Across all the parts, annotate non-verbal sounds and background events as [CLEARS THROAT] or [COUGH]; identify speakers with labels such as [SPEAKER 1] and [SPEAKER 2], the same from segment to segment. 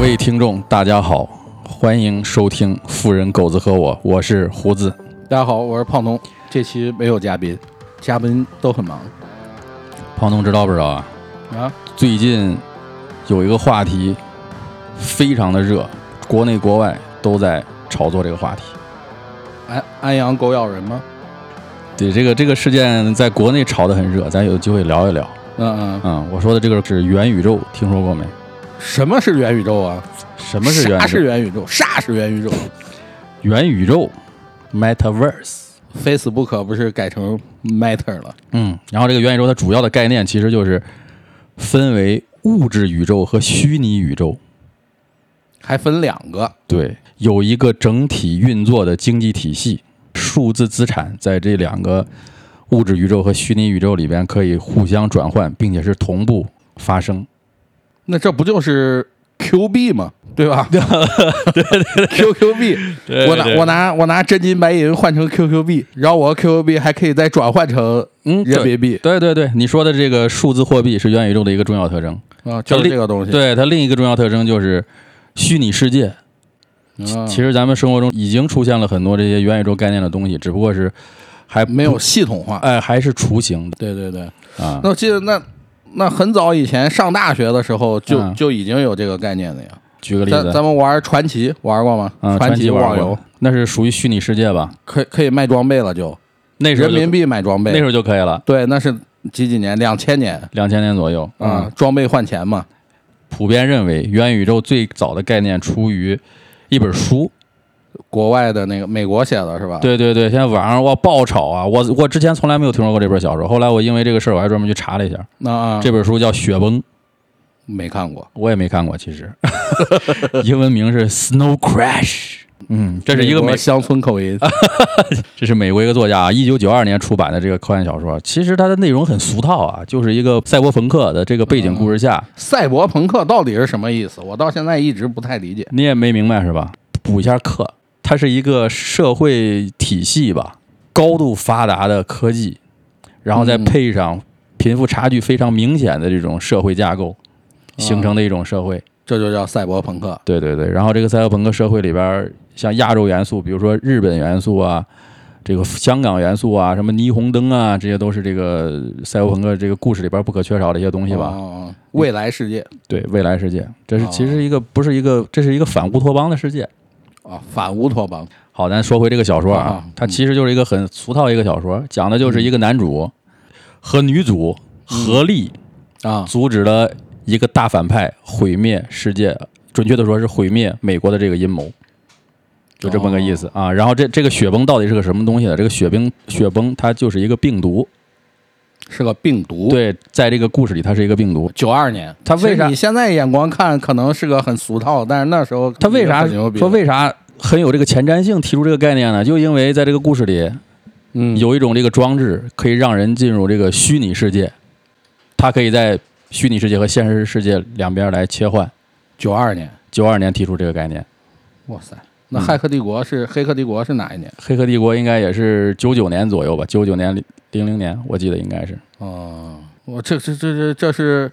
[SPEAKER 1] 位听众，大家好，欢迎收听《富人狗子和我》，我是胡子。
[SPEAKER 2] 大家好，我是胖东。这期没有嘉宾，嘉宾都很忙
[SPEAKER 1] 庞东知道不知道啊？
[SPEAKER 2] 啊。
[SPEAKER 1] 最近有一个话题非常的热，国内国外都在炒作这个话题。
[SPEAKER 2] 安安阳狗咬人吗？
[SPEAKER 1] 对，这个这个事件在国内炒得很热，咱有机会聊一聊。
[SPEAKER 2] 嗯嗯。
[SPEAKER 1] 嗯，我说的这个是元宇宙，听说过没？
[SPEAKER 2] 什么是元宇宙啊？
[SPEAKER 1] 什么是元宇宙？
[SPEAKER 2] 啥是元宇宙？啥是元宇宙
[SPEAKER 1] 元宇宙 （Metaverse）。
[SPEAKER 2] ？Facebook 不是改成 Matter 了？
[SPEAKER 1] 嗯，然后这个元宇宙它主要的概念其实就是分为物质宇宙和虚拟宇宙。
[SPEAKER 2] 还分两个。
[SPEAKER 1] 对，有一个整体运作的经济体系，数字资产在这两个物质宇宙和虚拟宇宙里边可以互相转换，并且是同步发生。
[SPEAKER 2] 那这不就是 Q 币吗？对吧？ [LAUGHS] 对对 QQ 币，我拿我拿我拿真金白银换成 QQ 币，然后我 QQ 币还可以再转换成
[SPEAKER 1] 嗯，
[SPEAKER 2] 人
[SPEAKER 1] 对
[SPEAKER 2] 民币
[SPEAKER 1] 对对对，你说的这个数字货币是元宇宙的一个重要特征。
[SPEAKER 2] 啊，就是这个东西。
[SPEAKER 1] 对，它另一个重要特征就是虚拟世界。
[SPEAKER 2] 啊
[SPEAKER 1] 其实咱们生活中已经出现了很多这些元宇宙概念的东西，只不过是还不
[SPEAKER 2] 没有系统化。
[SPEAKER 1] 哎，还是雏形的
[SPEAKER 2] 对对对。
[SPEAKER 1] 啊。
[SPEAKER 2] 那我记得那那很早以前上大学的时候就、
[SPEAKER 1] 嗯
[SPEAKER 2] 就已经有这个概念了呀。
[SPEAKER 1] 举个例
[SPEAKER 2] 咱
[SPEAKER 1] 子，
[SPEAKER 2] 咱们玩传奇玩过吗？
[SPEAKER 1] 啊，传
[SPEAKER 2] 传
[SPEAKER 1] 奇
[SPEAKER 2] 网
[SPEAKER 1] 玩
[SPEAKER 2] 游
[SPEAKER 1] 过，那是属于虚拟世界吧？
[SPEAKER 2] 可以可以卖装备了就，
[SPEAKER 1] 那时候
[SPEAKER 2] 人
[SPEAKER 1] 就
[SPEAKER 2] 民币买装
[SPEAKER 1] 那时
[SPEAKER 2] 备。
[SPEAKER 1] 候就可以了，
[SPEAKER 2] 对，那是几几年？两千年
[SPEAKER 1] 两千年左右
[SPEAKER 2] 啊、
[SPEAKER 1] 嗯
[SPEAKER 2] 装备换钱嘛。
[SPEAKER 1] 普遍认为，元宇宙最早的概念出于一本书。
[SPEAKER 2] 国外的那个美国写的是吧？，
[SPEAKER 1] 对对对，现在网上哇爆炒啊！我我之前从来没有听说过这本小说，后来我因为这个事儿我还专门去查了一下，
[SPEAKER 2] 那、啊、
[SPEAKER 1] 这本书叫《雪崩》，
[SPEAKER 2] 没看过。
[SPEAKER 1] 我也没看过，其
[SPEAKER 2] [LAUGHS]
[SPEAKER 1] 实英文名是《Snow Crash》。嗯，这是一个美啊
[SPEAKER 2] 美国乡村口音，
[SPEAKER 1] 这是美国一个作家啊，一九九二年出版的这个科幻小说，其实它的内容很俗套啊，就是一个赛博朋克的这个背景故事下，
[SPEAKER 2] [LAUGHS] 赛博朋克到底是什么意思？我到现在一直不太理解。
[SPEAKER 1] 你也没明白是吧？补一下课，它是一个社会体系吧，高度发达的科技，然后再
[SPEAKER 2] 嗯
[SPEAKER 1] 配上贫富差距非常明显的这种社会架构，形成的一种社会。
[SPEAKER 2] 这就叫赛博朋克。
[SPEAKER 1] 啊对对对，然后这个赛博朋克社会里边儿，像亚洲元素，比如说日本元素啊，这个香港元素啊，什么霓虹灯啊，这些都是这个赛博朋克这个故事里边儿不可缺少的一些东西吧。
[SPEAKER 2] 哦，未来世界
[SPEAKER 1] 对，未来世界，这是
[SPEAKER 2] 哦
[SPEAKER 1] 其实一个不是一个，这是一个反乌托邦的世界。
[SPEAKER 2] 啊，反乌托邦。
[SPEAKER 1] 好，咱说回这个小说
[SPEAKER 2] 啊
[SPEAKER 1] 啊
[SPEAKER 2] 嗯，
[SPEAKER 1] 它其实就是一个很俗套一个小说，讲的就是一个男主和女主合力
[SPEAKER 2] 啊
[SPEAKER 1] 阻止了一个大反派毁灭世界，准确的说是毁灭美国的这个阴谋，就这么个意思啊。然后这这个雪崩到底是个什么东西呢？这个雪崩雪崩它就是一个病毒，
[SPEAKER 2] 是个病毒。，
[SPEAKER 1] 对，在这个故事里它是一个病毒，
[SPEAKER 2] 九二年，
[SPEAKER 1] 他为啥
[SPEAKER 2] 其实你现在眼光看可能是个很俗套，但是那时候
[SPEAKER 1] 他为啥
[SPEAKER 2] 很牛逼？
[SPEAKER 1] 说为啥很有这个前瞻性提出这个概念呢？就因为在这个故事里，
[SPEAKER 2] 嗯
[SPEAKER 1] 有一种这个装置可以让人进入这个虚拟世界，它可以在虚拟世界和现实世界两边来切换。
[SPEAKER 2] 九二年？
[SPEAKER 1] 九二年提出这个概念，
[SPEAKER 2] 哇塞，
[SPEAKER 1] 嗯
[SPEAKER 2] 那骇客帝国是、黑客帝国是哪一年？
[SPEAKER 1] 《黑客帝国》应该也是九九年左右吧，九九年零零年，我记得应该是。
[SPEAKER 2] 哦，我这这这这这是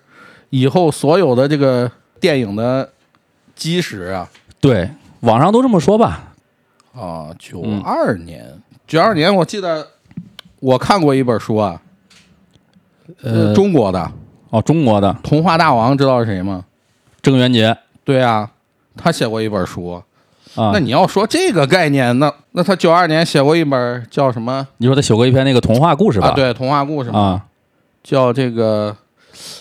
[SPEAKER 2] 以后所有的这个电影的基石啊！
[SPEAKER 1] 对，网上都这么说吧。
[SPEAKER 2] 啊，九二年，九二、年，我记得我看过一本书啊，
[SPEAKER 1] 呃
[SPEAKER 2] 呃，中国的
[SPEAKER 1] 哦，中国的
[SPEAKER 2] 童话大王，知道是谁吗？
[SPEAKER 1] 郑渊洁
[SPEAKER 2] 对啊，他写过一本书，
[SPEAKER 1] 啊，
[SPEAKER 2] 那你要说这个概念，那那他九二年写过一本叫什么
[SPEAKER 1] 你说他写过一篇那个童话故事吧？
[SPEAKER 2] 啊？对，童话故事嘛，
[SPEAKER 1] 啊，
[SPEAKER 2] 叫这个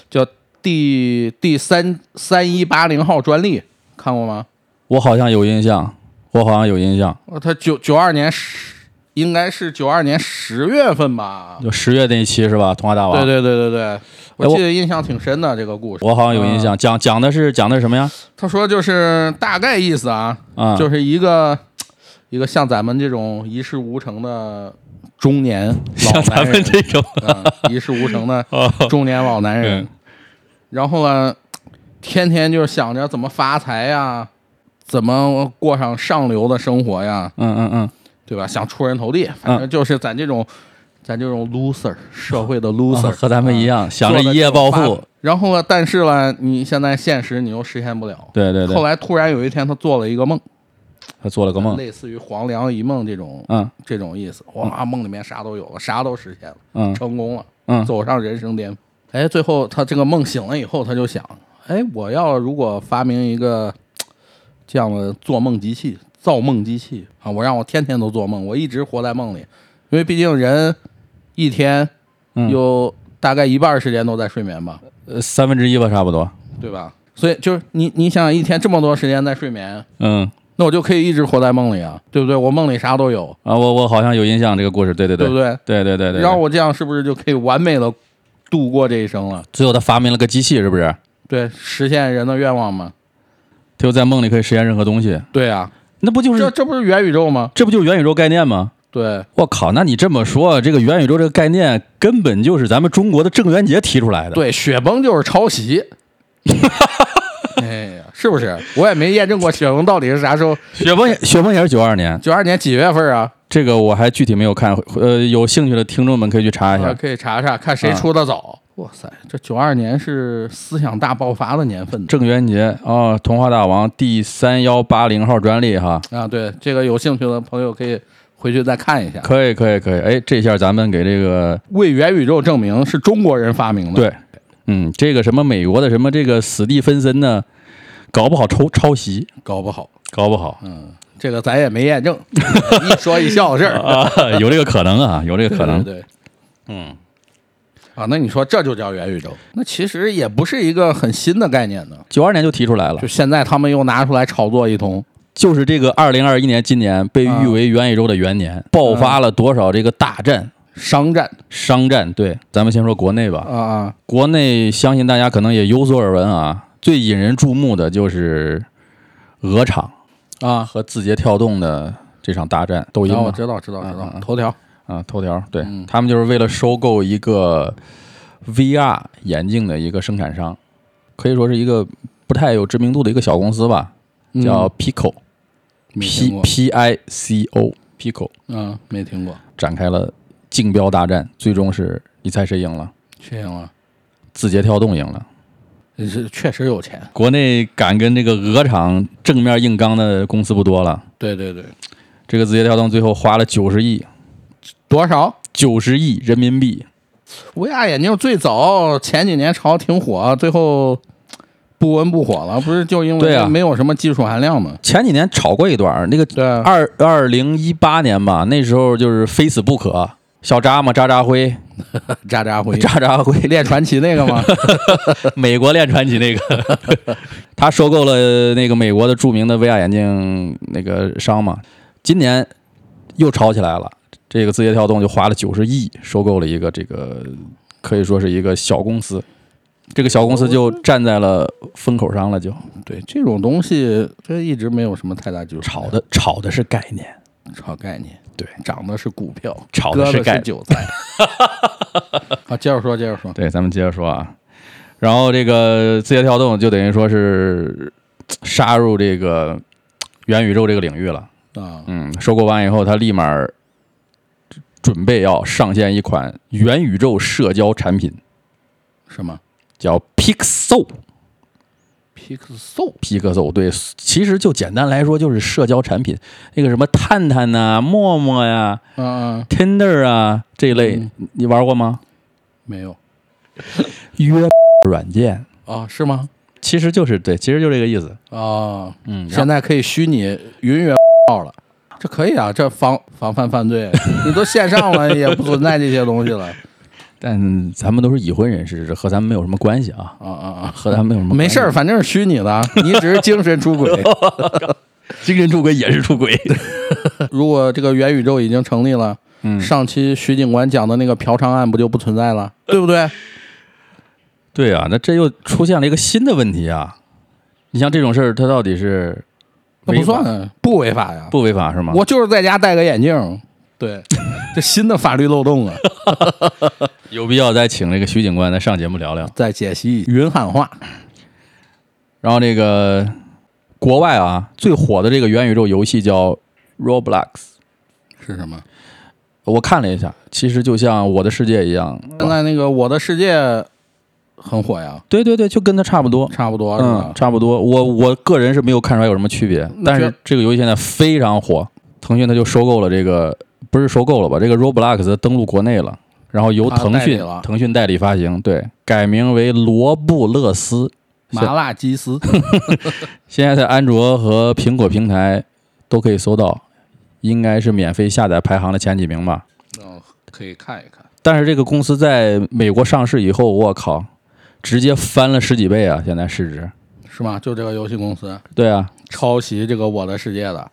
[SPEAKER 2] 叫第第三三一八零号专利，看过吗？
[SPEAKER 1] 我好像有印象，我好像有印象。
[SPEAKER 2] 呃他九九二年十，应该是九二年十月份吧？
[SPEAKER 1] 就十月那一期是吧？童话大王。
[SPEAKER 2] 对对对对对，我
[SPEAKER 1] 哎我
[SPEAKER 2] 记得印象挺深的这个故事。
[SPEAKER 1] 我好像有印
[SPEAKER 2] 啊
[SPEAKER 1] 象，讲讲的是讲的是什么呀？
[SPEAKER 2] 他说就是大概意思啊，
[SPEAKER 1] 啊，
[SPEAKER 2] 就是一个一个像咱们这种一事无成的中年老
[SPEAKER 1] 像咱
[SPEAKER 2] 男
[SPEAKER 1] 们
[SPEAKER 2] 人
[SPEAKER 1] 这种
[SPEAKER 2] 啊，一事无成的
[SPEAKER 1] 哦
[SPEAKER 2] 中年老男人
[SPEAKER 1] 嗯。
[SPEAKER 2] 然后呢，天天就是想着怎么发财呀，怎么过上上流的生活呀，
[SPEAKER 1] 嗯嗯嗯，嗯
[SPEAKER 2] 对吧？想出人头地，反正就是咱这种咱这种 loser 社会的 loser，、
[SPEAKER 1] 啊和咱们一样，想着
[SPEAKER 2] 做得
[SPEAKER 1] 一夜
[SPEAKER 2] 这
[SPEAKER 1] 暴
[SPEAKER 2] 种八
[SPEAKER 1] 富。。
[SPEAKER 2] 然后呢，但是呢，你现在现实你又实现不了。
[SPEAKER 1] 对对
[SPEAKER 2] 后
[SPEAKER 1] 对，
[SPEAKER 2] 来突然有一天，他做了一个梦，
[SPEAKER 1] 他做了个梦。
[SPEAKER 2] 类似于黄粱一梦这种
[SPEAKER 1] 嗯
[SPEAKER 2] 这种意思。哇，梦里面啥都有了，啥都实现了，
[SPEAKER 1] 嗯
[SPEAKER 2] 成功了，
[SPEAKER 1] 嗯
[SPEAKER 2] 走上人生巅峰。哎，最后他这个梦醒了以后，他就想，哎，我要如果发明一个这样的做梦机器、造梦机器啊，我让我天天都做梦，我一直活在梦里，因为毕竟人一天
[SPEAKER 1] 嗯，
[SPEAKER 2] 有大概一半儿时间都在睡眠吧。
[SPEAKER 1] 呃三分之一吧，差不多。
[SPEAKER 2] 对吧？所以就是你，你想一天这么多时间在睡眠，
[SPEAKER 1] 嗯
[SPEAKER 2] 那我就可以一直活在梦里啊，对不对？我梦里啥都有，
[SPEAKER 1] 啊，我我好像有印象这个故事，对对
[SPEAKER 2] 对
[SPEAKER 1] 对
[SPEAKER 2] 不
[SPEAKER 1] 对
[SPEAKER 2] 对？
[SPEAKER 1] 对对对对。
[SPEAKER 2] 然后我这样是不是就可以完美的度过这一生了？
[SPEAKER 1] 最后他发明了个机器，是不是？
[SPEAKER 2] 对，实现人的愿望嘛？
[SPEAKER 1] 他就在梦里可以实现任何东西，
[SPEAKER 2] 对啊，
[SPEAKER 1] 那不就
[SPEAKER 2] 这
[SPEAKER 1] 是
[SPEAKER 2] 这不是元宇宙吗？
[SPEAKER 1] 这不就是元宇宙概念吗？
[SPEAKER 2] 对，
[SPEAKER 1] 我靠，那你这么说，这个元宇宙这个概念根本就是咱们中国的郑渊洁提出来的。
[SPEAKER 2] 对，雪崩就是
[SPEAKER 1] [LAUGHS]
[SPEAKER 2] 抄袭。哎呀，是不是？我也没验证过雪崩到底是啥时候，
[SPEAKER 1] 雪崩也雪崩也是九二年，
[SPEAKER 2] 九二年几月份啊？
[SPEAKER 1] 这个我还具体没有看，呃，有兴趣的听众们可以去查一
[SPEAKER 2] 啊
[SPEAKER 1] 下。
[SPEAKER 2] 可以查查看
[SPEAKER 1] 啊
[SPEAKER 2] 谁出的早。哇塞，这九二年是思想大爆发的年份呢。
[SPEAKER 1] 郑渊洁哦，童话大王第三幺八零号专利哈，
[SPEAKER 2] 啊，对，这个有兴趣的朋友可以回去再看一下。
[SPEAKER 1] 可以可以可以，哎，这下咱们给这个
[SPEAKER 2] 为元宇宙证明是中国人发明的，
[SPEAKER 1] 对，嗯，这个什么美国的什么这个史蒂芬森呢，搞不好抄抄袭，嗯
[SPEAKER 2] 搞不好，
[SPEAKER 1] 搞不好
[SPEAKER 2] 这个咱也
[SPEAKER 1] [LAUGHS]
[SPEAKER 2] 没验证，一说一笑的事儿，
[SPEAKER 1] 啊， [LAUGHS] 有这个可能啊，有这个可能，
[SPEAKER 2] 对对对
[SPEAKER 1] 嗯，
[SPEAKER 2] 啊，那你说这就叫元宇宙？那其实也不是一个很新的概念呢，
[SPEAKER 1] 九二年就提出来了
[SPEAKER 2] 就，现在他们又拿出来炒作一通，
[SPEAKER 1] 就是这个二零二一年，今年被
[SPEAKER 2] 啊
[SPEAKER 1] 誉为元宇宙的元
[SPEAKER 2] 嗯
[SPEAKER 1] 年，爆发了多少这个大战、
[SPEAKER 2] 商战
[SPEAKER 1] 商战？对，咱们先说国内吧，
[SPEAKER 2] 啊啊，
[SPEAKER 1] 国内相信大家可能也有所耳闻啊，最引人注目的就是鹅厂啊和字节跳动的这场大战，抖音
[SPEAKER 2] 啊我
[SPEAKER 1] 嘛
[SPEAKER 2] 知道知道知
[SPEAKER 1] 嗯嗯
[SPEAKER 2] 道，
[SPEAKER 1] 嗯
[SPEAKER 2] 头条
[SPEAKER 1] 啊，头条对、
[SPEAKER 2] 嗯
[SPEAKER 1] 他们就是为了收购一个 VR 眼镜的一个生产商，可以说是一个不太有知名度的一个小公司吧，叫 Pico、
[SPEAKER 2] 嗯没听
[SPEAKER 1] P
[SPEAKER 2] 过，
[SPEAKER 1] P I C O Pico
[SPEAKER 2] 嗯，没听过，
[SPEAKER 1] 展开了竞标大战，最终是你猜谁赢了？
[SPEAKER 2] 确定了，
[SPEAKER 1] 字节跳动赢了。
[SPEAKER 2] 是确实有钱，
[SPEAKER 1] 国内敢跟这个鹅厂正面硬刚的公司不多了。
[SPEAKER 2] 对对对，
[SPEAKER 1] 这个字节跳动最后花了九十亿，
[SPEAKER 2] 多少？
[SPEAKER 1] 九十亿人民币，
[SPEAKER 2] VR 眼镜最早前几年炒挺火，最后不温不火了，不是就因
[SPEAKER 1] 对
[SPEAKER 2] 为
[SPEAKER 1] 啊
[SPEAKER 2] 没有什么技术含量吗？
[SPEAKER 1] 前几年炒过一段儿，那个
[SPEAKER 2] 对啊，
[SPEAKER 1] 二二零一八年吧，那时候就是非死不可。小扎嘛，扎扎辉，
[SPEAKER 2] 渣渣辉
[SPEAKER 1] 扎扎辉， [LAUGHS]
[SPEAKER 2] 练传奇那个吗？
[SPEAKER 1] 美国练传奇那个， [LAUGHS] 他收购了那个美国的著名的 VR 眼镜那个商嘛。今年又炒起来了，这个字节跳动就花了九十亿收购了一个这个可以说是一个小公司，这个小公司就站在了风口上了就，
[SPEAKER 2] 对，这种东西这一直没有什么太大技术含
[SPEAKER 1] 炒
[SPEAKER 2] 量
[SPEAKER 1] 的炒的是概念，
[SPEAKER 2] 炒概念，
[SPEAKER 1] 对，
[SPEAKER 2] 涨的是股票，
[SPEAKER 1] 炒
[SPEAKER 2] 割
[SPEAKER 1] 的
[SPEAKER 2] 的
[SPEAKER 1] 概念。
[SPEAKER 2] 韭菜。
[SPEAKER 1] [LAUGHS]
[SPEAKER 2] 好，接着说，接着说，
[SPEAKER 1] 对，咱们接着说啊。然后这个字节跳动就等于说是呃杀入这个呃元宇宙这个领域了。
[SPEAKER 2] 啊，
[SPEAKER 1] 嗯，收购完以后，他立马儿准备要上线一款元宇宙社交产品，
[SPEAKER 2] 什么
[SPEAKER 1] 叫 Pixel。
[SPEAKER 2] Pixel
[SPEAKER 1] 皮克搜对，其实就简单来说就是社交产品，那个什么探探呐、陌陌呀、
[SPEAKER 2] 啊啊，
[SPEAKER 1] Tinder 啊这一类，你玩过吗？
[SPEAKER 2] 没有
[SPEAKER 1] 约软件
[SPEAKER 2] 啊，是吗？
[SPEAKER 1] 其实就是对，其实就这个意思。
[SPEAKER 2] 啊，
[SPEAKER 1] 嗯，然后
[SPEAKER 2] 现在可以虚拟云原报了，这可以啊，这防防范犯罪，你都线上了，也不存在这些东西了。
[SPEAKER 1] 但咱们都是已婚人士，这和咱们没有什么关系啊，
[SPEAKER 2] 啊啊啊！
[SPEAKER 1] 和咱们没有什么
[SPEAKER 2] 没事
[SPEAKER 1] 儿，
[SPEAKER 2] 儿，反正是虚拟的，啊你只是精神出轨。
[SPEAKER 1] 精神出轨也是出轨。
[SPEAKER 2] 如果这个元宇宙已经成立了，
[SPEAKER 1] 嗯
[SPEAKER 2] 上期徐警官讲的那个嫖娼案不就不存在了，对不对？
[SPEAKER 1] [LAUGHS] 对啊，那这又出现了一个新的问题啊！你像这种事儿，它到底是
[SPEAKER 2] 那
[SPEAKER 1] 违
[SPEAKER 2] 不
[SPEAKER 1] 法
[SPEAKER 2] 算不违法呀。
[SPEAKER 1] 不违法是吗？
[SPEAKER 2] 我就是在家戴个眼镜，对， [LAUGHS] 这新的法律漏洞 [LAUGHS] 啊，
[SPEAKER 1] 有必要再请这个徐警官再上节目聊聊。
[SPEAKER 2] 再解析云喊话
[SPEAKER 1] 然后这个国外啊，最火的这个元宇宙游戏叫 Roblox，
[SPEAKER 2] 是什么？
[SPEAKER 1] 我看了一下，其实就像《我的世界》一样，
[SPEAKER 2] 现在那个《我的世界》很火呀，
[SPEAKER 1] 对对对，就跟它差不多，
[SPEAKER 2] 差不多是吧
[SPEAKER 1] 嗯，？差不多。我我个人是没有看出来有什么区别，
[SPEAKER 2] 那
[SPEAKER 1] 但
[SPEAKER 2] 这
[SPEAKER 1] 是这个游戏现在非常火，腾讯它就收购了这个，不是收购了吧？这个 Roblox 登陆国内了，然后由
[SPEAKER 2] 啊
[SPEAKER 1] 腾
[SPEAKER 2] 代理
[SPEAKER 1] 讯
[SPEAKER 2] 了
[SPEAKER 1] 腾讯代理发行，对，改名为罗布勒斯，
[SPEAKER 2] 麻辣鸡 [LAUGHS] 丝，
[SPEAKER 1] 现在在安卓和苹果平台都可以搜到，应该是免费下载排行的前几名吧。
[SPEAKER 2] 嗯，可以看一看。
[SPEAKER 1] 但是这个公司在美国上市以后，我靠，直接翻了十几倍啊！现在市值，
[SPEAKER 2] 是吗？就这个游戏公司
[SPEAKER 1] 对啊，
[SPEAKER 2] 抄袭这个《我的世界》 [LAUGHS] 的，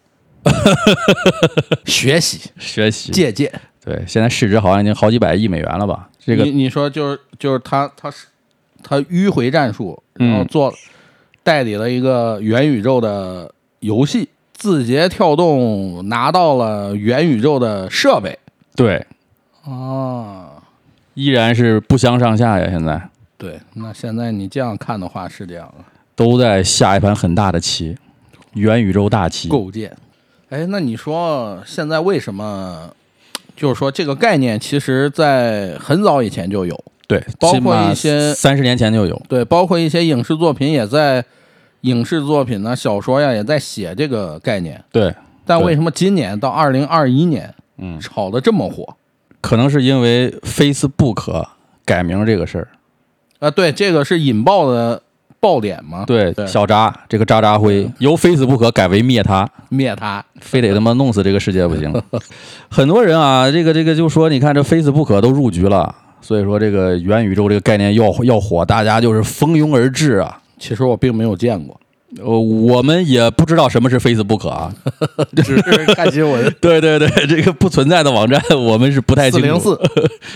[SPEAKER 2] 学习
[SPEAKER 1] 学习
[SPEAKER 2] 借鉴。
[SPEAKER 1] 对，现在市值好像已经好几百亿美元了吧？这个
[SPEAKER 2] 你你说就是就是他他是他迂回战术，
[SPEAKER 1] 嗯
[SPEAKER 2] 然后做、代理了一个元宇宙的游戏，字节跳动拿到了元宇宙的设备
[SPEAKER 1] 对，哦
[SPEAKER 2] 啊。
[SPEAKER 1] 依然是不相上下呀！现在
[SPEAKER 2] 对，那现在你这样看的话是这样的
[SPEAKER 1] 都在下一盘很大的棋，元宇宙大棋。
[SPEAKER 2] 构建。哎，那你说现在为什么？就是说这个概念其实在很早以前就有，
[SPEAKER 1] 对，
[SPEAKER 2] 包括一些
[SPEAKER 1] 三十年前就有。
[SPEAKER 2] 对，包括一些影视作品也在影视作品呢、小说呀也在写这个概念。
[SPEAKER 1] 对，
[SPEAKER 2] 但
[SPEAKER 1] 对
[SPEAKER 2] 为什么今年到二零二一年，嗯，炒的这么火？
[SPEAKER 1] 可能是因为 Facebook 改名这个事儿。
[SPEAKER 2] 啊，对，这个是引爆的爆点嘛？，
[SPEAKER 1] 对，
[SPEAKER 2] 对
[SPEAKER 1] 小渣这个渣渣辉由 Facebook 改为灭他。
[SPEAKER 2] 灭它，
[SPEAKER 1] 非得他妈弄死这个世界不
[SPEAKER 2] [LAUGHS]
[SPEAKER 1] 行。很多人啊，这个这个就说，你看这 Facebook 都入局了，所以说这个元宇宙这个概念要要火，大家就是蜂拥而至啊。
[SPEAKER 2] 其实我并没有见过，
[SPEAKER 1] 呃，我们也不知道什么是 Facebook 啊，。
[SPEAKER 2] [LAUGHS] 只是看新闻
[SPEAKER 1] 对对对， [LAUGHS] 这个不存在的网站我们是不太
[SPEAKER 2] [LAUGHS] 四
[SPEAKER 1] 清楚。
[SPEAKER 2] 零四，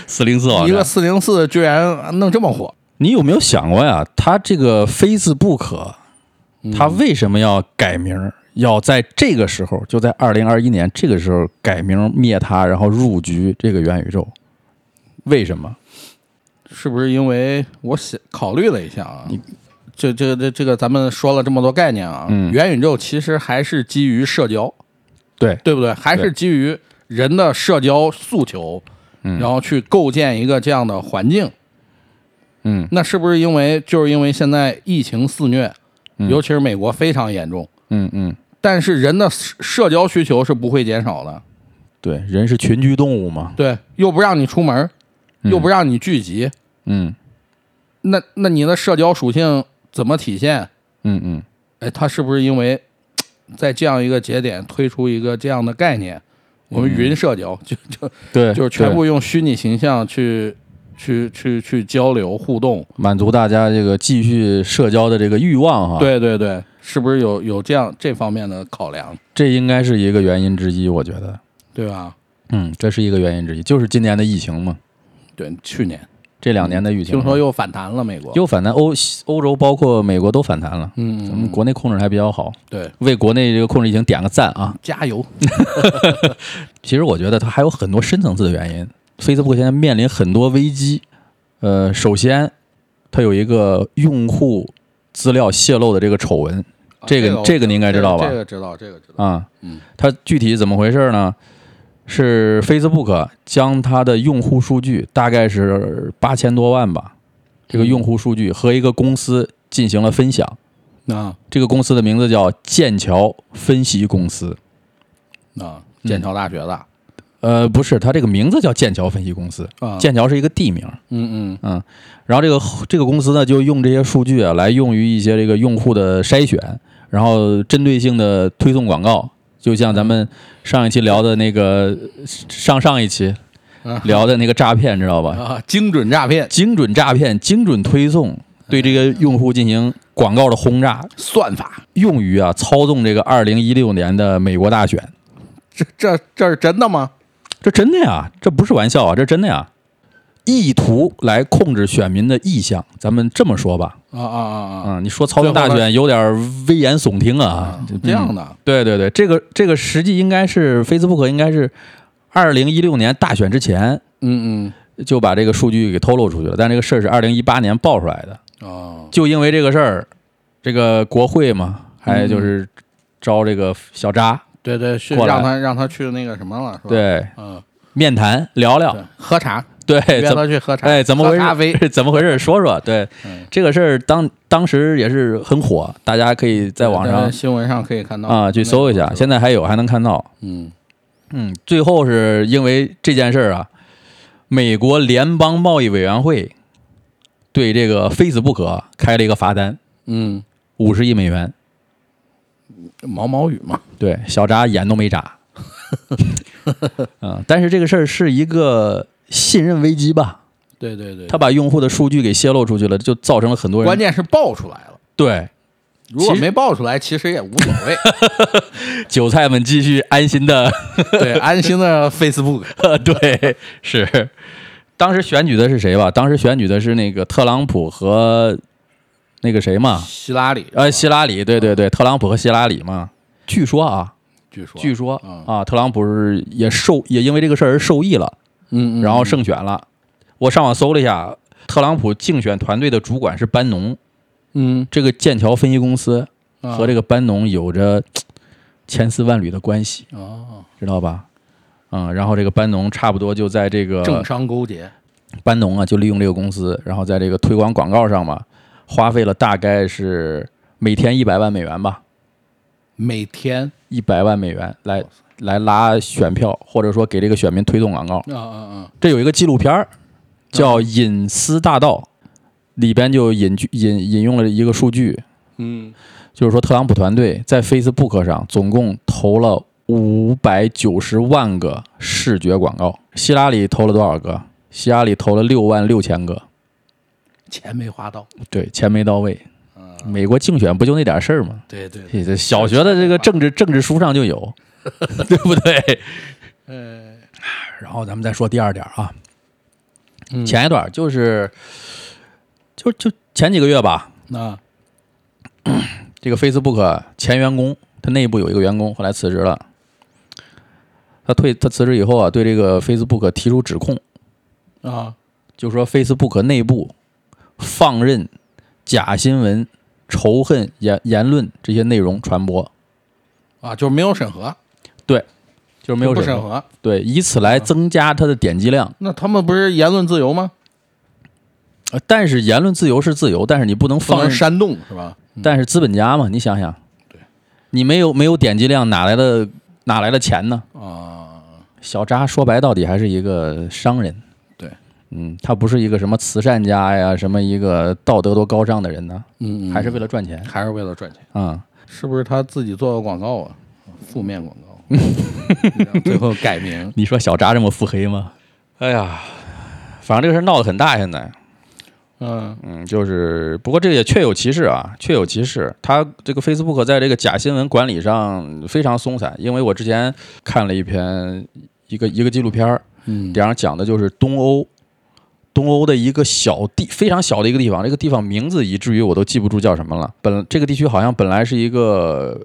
[SPEAKER 1] 四零四网
[SPEAKER 2] 一个
[SPEAKER 1] 站，
[SPEAKER 2] 四零四居然弄这么火，
[SPEAKER 1] 你有没有想过呀？它这个 Facebook，它
[SPEAKER 2] 嗯
[SPEAKER 1] 为什么要改名儿？要在这个时候，就在二零二一年这个时候改名灭它，然后入局这个元宇宙，为什么？
[SPEAKER 2] 是不是因为我想考虑了一下啊？这这这这个，咱们说了这么多概念啊，
[SPEAKER 1] 嗯
[SPEAKER 2] 元宇宙其实还是基于社交，
[SPEAKER 1] 对
[SPEAKER 2] 对不对？还是
[SPEAKER 1] 对
[SPEAKER 2] 基于人的社交诉求，
[SPEAKER 1] 嗯
[SPEAKER 2] 然后去构建一个这样的环境。
[SPEAKER 1] 嗯
[SPEAKER 2] 那是不是因为就是因为现在疫情肆虐，
[SPEAKER 1] 嗯
[SPEAKER 2] 尤其是美国非常严重，
[SPEAKER 1] 嗯嗯，
[SPEAKER 2] 但是人的社社交需求是不会减少的。
[SPEAKER 1] 对，人是群居动物嘛，
[SPEAKER 2] 对，又不让你出门，又不让你聚集，
[SPEAKER 1] 嗯
[SPEAKER 2] 那那你的社交属性怎么体现？
[SPEAKER 1] 嗯嗯，
[SPEAKER 2] 哎，它是不是因为在这样一个节点推出一个这样的概念？我
[SPEAKER 1] 嗯
[SPEAKER 2] 们云社交、就就
[SPEAKER 1] 对，
[SPEAKER 2] 就是全部
[SPEAKER 1] 对
[SPEAKER 2] 用虚拟形象去去去去交流互动。
[SPEAKER 1] 满足大家这个继续社交的这个欲望哈。，
[SPEAKER 2] 对对对，是不是有有这样这方面的考量，
[SPEAKER 1] 这应该是一个原因之一，我觉得，
[SPEAKER 2] 对吧？
[SPEAKER 1] 嗯，这是一个原因之一，就是今年的疫情嘛，
[SPEAKER 2] 对，去年
[SPEAKER 1] 这两年的疫情，
[SPEAKER 2] 嗯听说又反弹了美国。
[SPEAKER 1] 嗯又反弹，欧欧洲包括美国都反弹了，
[SPEAKER 2] 嗯，
[SPEAKER 1] 咱们国内控制得还比较好，
[SPEAKER 2] 对，
[SPEAKER 1] 为国内这个控制疫情点个赞啊。
[SPEAKER 2] 加油！
[SPEAKER 1] 其实我觉得它还有很多深层次的原因。Facebook 现在面临很多危机，呃，首先它有一个用户资料泄露的这个丑闻
[SPEAKER 2] 啊
[SPEAKER 1] 这个
[SPEAKER 2] 我
[SPEAKER 1] 这个你应该知道吧
[SPEAKER 2] 这个知道，这个知道。
[SPEAKER 1] 啊
[SPEAKER 2] 嗯，
[SPEAKER 1] 它具体怎么回事呢？是 Facebook 将它的用户数据，大概是八千多万吧，这个用户数据和一个公司进行了分享。
[SPEAKER 2] 啊
[SPEAKER 1] 这个公司的名字叫剑桥分析公司，嗯
[SPEAKER 2] 啊，剑桥大学的啊，
[SPEAKER 1] 呃，不是，它这个名字叫剑桥分析公司，剑桥是一个地名。
[SPEAKER 2] 嗯嗯
[SPEAKER 1] 然后这个这个公司呢，就用这些数据啊，来用于一些这个用户的筛选，然后针对性的推送广告。就像咱们上一期聊的那个，上上一期
[SPEAKER 2] 嗯 [LAUGHS]
[SPEAKER 1] 聊的那个诈骗，知道吧？
[SPEAKER 2] 啊，精准诈骗
[SPEAKER 1] 精准诈骗、精准推送，对这个用户进行广告的轰炸，
[SPEAKER 2] 算法，
[SPEAKER 1] 用于啊操纵这个二零一六年的美国大选。
[SPEAKER 2] 这这这是真的吗？
[SPEAKER 1] 这真的呀，这不是玩笑啊，这真的呀，意图来控制选民的意向。咱们这么说吧，
[SPEAKER 2] 啊啊啊啊！
[SPEAKER 1] 啊，你说操纵大选有点儿危言耸听啊
[SPEAKER 2] 啊，这样
[SPEAKER 1] 的。
[SPEAKER 2] 的，
[SPEAKER 1] 对对对，这个这个实际应该是 Facebook 应该是二零一六年大选之前
[SPEAKER 2] 嗯嗯
[SPEAKER 1] 就把这个数据给透露出去了，但这个事儿是二零一八年爆出来的，
[SPEAKER 2] 哦，
[SPEAKER 1] 就因为这个事儿，这个国会嘛，
[SPEAKER 2] 嗯
[SPEAKER 1] 还就是招这个小渣，
[SPEAKER 2] 对对，是
[SPEAKER 1] 过来
[SPEAKER 2] 让他让他去那个什么了，是吧？，
[SPEAKER 1] 对，
[SPEAKER 2] 嗯
[SPEAKER 1] 面谈聊聊
[SPEAKER 2] 对，，喝茶，
[SPEAKER 1] 对，
[SPEAKER 2] 约
[SPEAKER 1] 怎么
[SPEAKER 2] 他去喝茶，
[SPEAKER 1] 哎怎么回
[SPEAKER 2] 喝咖啡，
[SPEAKER 1] 事？ [LAUGHS] 怎么回事？说说，对
[SPEAKER 2] 嗯
[SPEAKER 1] 这个事儿当当时也是很火，大家可以在网上
[SPEAKER 2] 新闻上可以看到
[SPEAKER 1] 啊去搜一下，现在还有还能看到。
[SPEAKER 2] 嗯，
[SPEAKER 1] 嗯，最后是因为这件事儿啊，美国联邦贸易委员会对这个 Facebook 开了一个罚单，
[SPEAKER 2] 嗯，
[SPEAKER 1] 五十亿美元。
[SPEAKER 2] 毛毛雨嘛，
[SPEAKER 1] 对，小扎眼都没
[SPEAKER 2] [LAUGHS]
[SPEAKER 1] 眨。嗯，但是这个事儿是一个信任危机吧？
[SPEAKER 2] 对对对，
[SPEAKER 1] 他把用户的数据给泄露出去了，就造成了很多人
[SPEAKER 2] 关键是爆出来了，
[SPEAKER 1] 对
[SPEAKER 2] 如果
[SPEAKER 1] 其实
[SPEAKER 2] 没爆出来，其实也无所
[SPEAKER 1] [LAUGHS]
[SPEAKER 2] 谓，
[SPEAKER 1] 韭菜们继续安心
[SPEAKER 2] [LAUGHS]
[SPEAKER 1] 的
[SPEAKER 2] 对，安心
[SPEAKER 1] [LAUGHS]
[SPEAKER 2] 的 Facebook，
[SPEAKER 1] 对，是当时选举的是谁吧？当时选举的是那个特朗普和那个谁嘛？
[SPEAKER 2] 希拉里，
[SPEAKER 1] 呃，希拉里，对对对，特朗普和希拉里嘛。据说啊，
[SPEAKER 2] 据说，
[SPEAKER 1] 据说
[SPEAKER 2] 嗯
[SPEAKER 1] 啊，特朗普是也受也因为这个事儿而受益了，
[SPEAKER 2] 嗯，嗯
[SPEAKER 1] 然后胜选了。我上网搜了一下，特朗普竞选团队的主管是班农，
[SPEAKER 2] 嗯
[SPEAKER 1] 这个剑桥分析公司
[SPEAKER 2] 啊
[SPEAKER 1] 和这个班农有着千丝万缕的关系，
[SPEAKER 2] 哦，
[SPEAKER 1] 知道吧？嗯，然后这个班农差不多就在这个
[SPEAKER 2] 政商勾结，
[SPEAKER 1] 班农啊，就利用这个公司，然后在这个推广广告上嘛，花费了大概是每天一百万美元吧，
[SPEAKER 2] 每天
[SPEAKER 1] 一百万美元来来拉选票，或者说给这个选民推动广告。
[SPEAKER 2] 啊啊啊，
[SPEAKER 1] 这有一个纪录片儿叫《隐私大道》，里边就引据引引用了一个数据，
[SPEAKER 2] 嗯，
[SPEAKER 1] 就是说特朗普团队在 Facebook 上总共投了五百九十万个视觉广告，希拉里投了多少个？希拉里投了六万六千个。
[SPEAKER 2] 钱没花到，
[SPEAKER 1] 对，钱没到位。
[SPEAKER 2] 嗯
[SPEAKER 1] 美国竞选不就那点事儿吗？
[SPEAKER 2] 对对对，
[SPEAKER 1] 这这小学的这个政治政治书上就 [LAUGHS] 有，对不对？
[SPEAKER 2] 呃，
[SPEAKER 1] 然后咱们再说第二点啊，
[SPEAKER 2] 嗯
[SPEAKER 1] 前一段就是，就就前几个月吧，
[SPEAKER 2] 那
[SPEAKER 1] 这个 Facebook 前员工，他内部有一个员工后来辞职了，他退他辞职以后啊，对这个 Facebook 提出指控，
[SPEAKER 2] 啊，
[SPEAKER 1] 就说 Facebook 内部放任假新闻、仇恨言言论这些内容传播，
[SPEAKER 2] 啊，就是没有审核，
[SPEAKER 1] 就是没有
[SPEAKER 2] 不
[SPEAKER 1] 审
[SPEAKER 2] 审
[SPEAKER 1] 核，
[SPEAKER 2] 核，
[SPEAKER 1] 对，以此来增加它的点击量。
[SPEAKER 2] 那他们不是言论自由吗？
[SPEAKER 1] 呃但是言论自由是自由，但是你不能
[SPEAKER 2] 不
[SPEAKER 1] 放
[SPEAKER 2] 能
[SPEAKER 1] 任。
[SPEAKER 2] 煽动是吧？
[SPEAKER 1] 但是资本家嘛，你想想，你没有没有点击量，哪来的哪来的钱呢？
[SPEAKER 2] 啊，
[SPEAKER 1] 小扎说白到底还是一个商人，
[SPEAKER 2] 对，
[SPEAKER 1] 嗯，他不是一个什么慈善家呀，什么一个道德多高尚的人呢，
[SPEAKER 2] 嗯，
[SPEAKER 1] 还是为了赚钱
[SPEAKER 2] 还是为了赚钱，
[SPEAKER 1] 啊、
[SPEAKER 2] 是不是他自己做的广告啊？负面广告，然后 [LAUGHS] 最后改名。
[SPEAKER 1] 你说小扎这么腹黑吗？哎呀，反正这个事儿闹得很大，现在，
[SPEAKER 2] 嗯
[SPEAKER 1] 嗯，就是不过这个也确有其事啊，确有其事。他这个 Facebook 在这个假新闻管理上非常松散，因为我之前看了一篇一个一个纪录片儿，
[SPEAKER 2] 嗯
[SPEAKER 1] 里上讲的就是东欧，东欧的一个小地非常小的一个地方，这个地方名字以至于我都记不住叫什么了。本这个地区好像本来是一个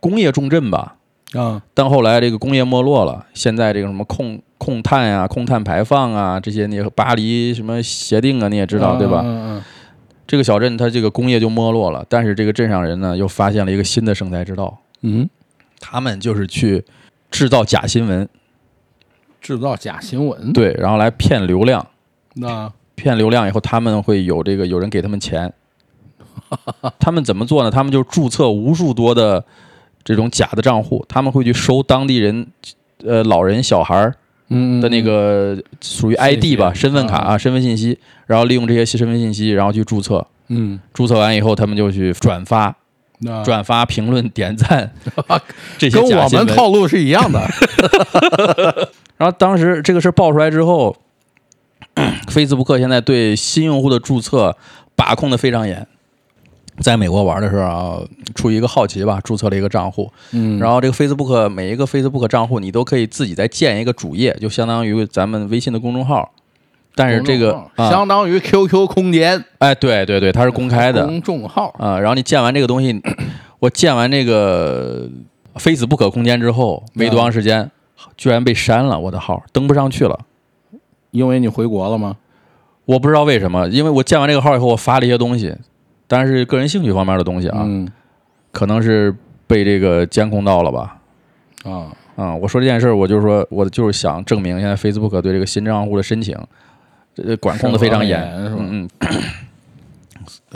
[SPEAKER 1] 工业重镇吧，
[SPEAKER 2] 啊
[SPEAKER 1] 但后来这个工业没落了，现在这个什么控控碳啊、控碳排放啊这些，你巴黎什么协定啊，你也知道对吧？
[SPEAKER 2] 嗯嗯
[SPEAKER 1] 这个小镇它这个工业就没落了，但是这个镇上人呢又发现了一个新的生财之道，
[SPEAKER 2] 嗯，
[SPEAKER 1] 他们就是去制造假新闻，
[SPEAKER 2] 制造假新闻。
[SPEAKER 1] 对，然后来骗流量，
[SPEAKER 2] 那
[SPEAKER 1] 骗流量以后他们会有这个有人给他们
[SPEAKER 2] [LAUGHS]
[SPEAKER 1] 钱，他们怎么做呢？他们就注册无数多的这种假的账户，他们会去收当地人。呃，老人、小孩儿
[SPEAKER 2] 嗯
[SPEAKER 1] 的那个属于 ID 吧，
[SPEAKER 2] 信息
[SPEAKER 1] 身份卡啊，身份信息，然后利用这些身份信息，然后去注册。
[SPEAKER 2] 嗯，
[SPEAKER 1] 注册完以后，他们就去转发，
[SPEAKER 2] 那
[SPEAKER 1] 转发、评论、点
[SPEAKER 2] [LAUGHS]
[SPEAKER 1] 赞这些
[SPEAKER 2] 啊跟
[SPEAKER 1] 假
[SPEAKER 2] 我
[SPEAKER 1] 新
[SPEAKER 2] 们
[SPEAKER 1] 闻。
[SPEAKER 2] 套路是一样的。
[SPEAKER 1] 然后当时这个事儿爆出来之后，Facebook 现在对新用户的注册把控的非常严。在美国玩的时候啊，出于一个好奇吧，注册了一个账户，
[SPEAKER 2] [LAUGHS] 嗯
[SPEAKER 1] 然后这个 Facebook 每一个 Facebook 账户，你都可以自己再建一个主页，就相当于咱们微信的公众号。但是这个
[SPEAKER 2] 公众号
[SPEAKER 1] 啊，
[SPEAKER 2] 相当于 QQ 空间
[SPEAKER 1] 哎，对对对，它是公开的，
[SPEAKER 2] 公众号，
[SPEAKER 1] 啊，然后你建完这个东西，我建完这个非死不可空间之后，没多长时间，居然被删了我的号，登不上去了。
[SPEAKER 2] 因为你回国了吗？
[SPEAKER 1] 我不知道为什么，因为我建完这个号以后，我发了一些东西，但是个人兴趣方面的东西啊，
[SPEAKER 2] 嗯
[SPEAKER 1] 可能是被这个监控到了吧。
[SPEAKER 2] 啊，
[SPEAKER 1] 啊、我说这件事儿，我就是说，我就是想证明现在 Facebook 对这个新账户的申请，这管控的非常严，
[SPEAKER 2] 审核很严
[SPEAKER 1] 嗯嗯。 [COUGHS]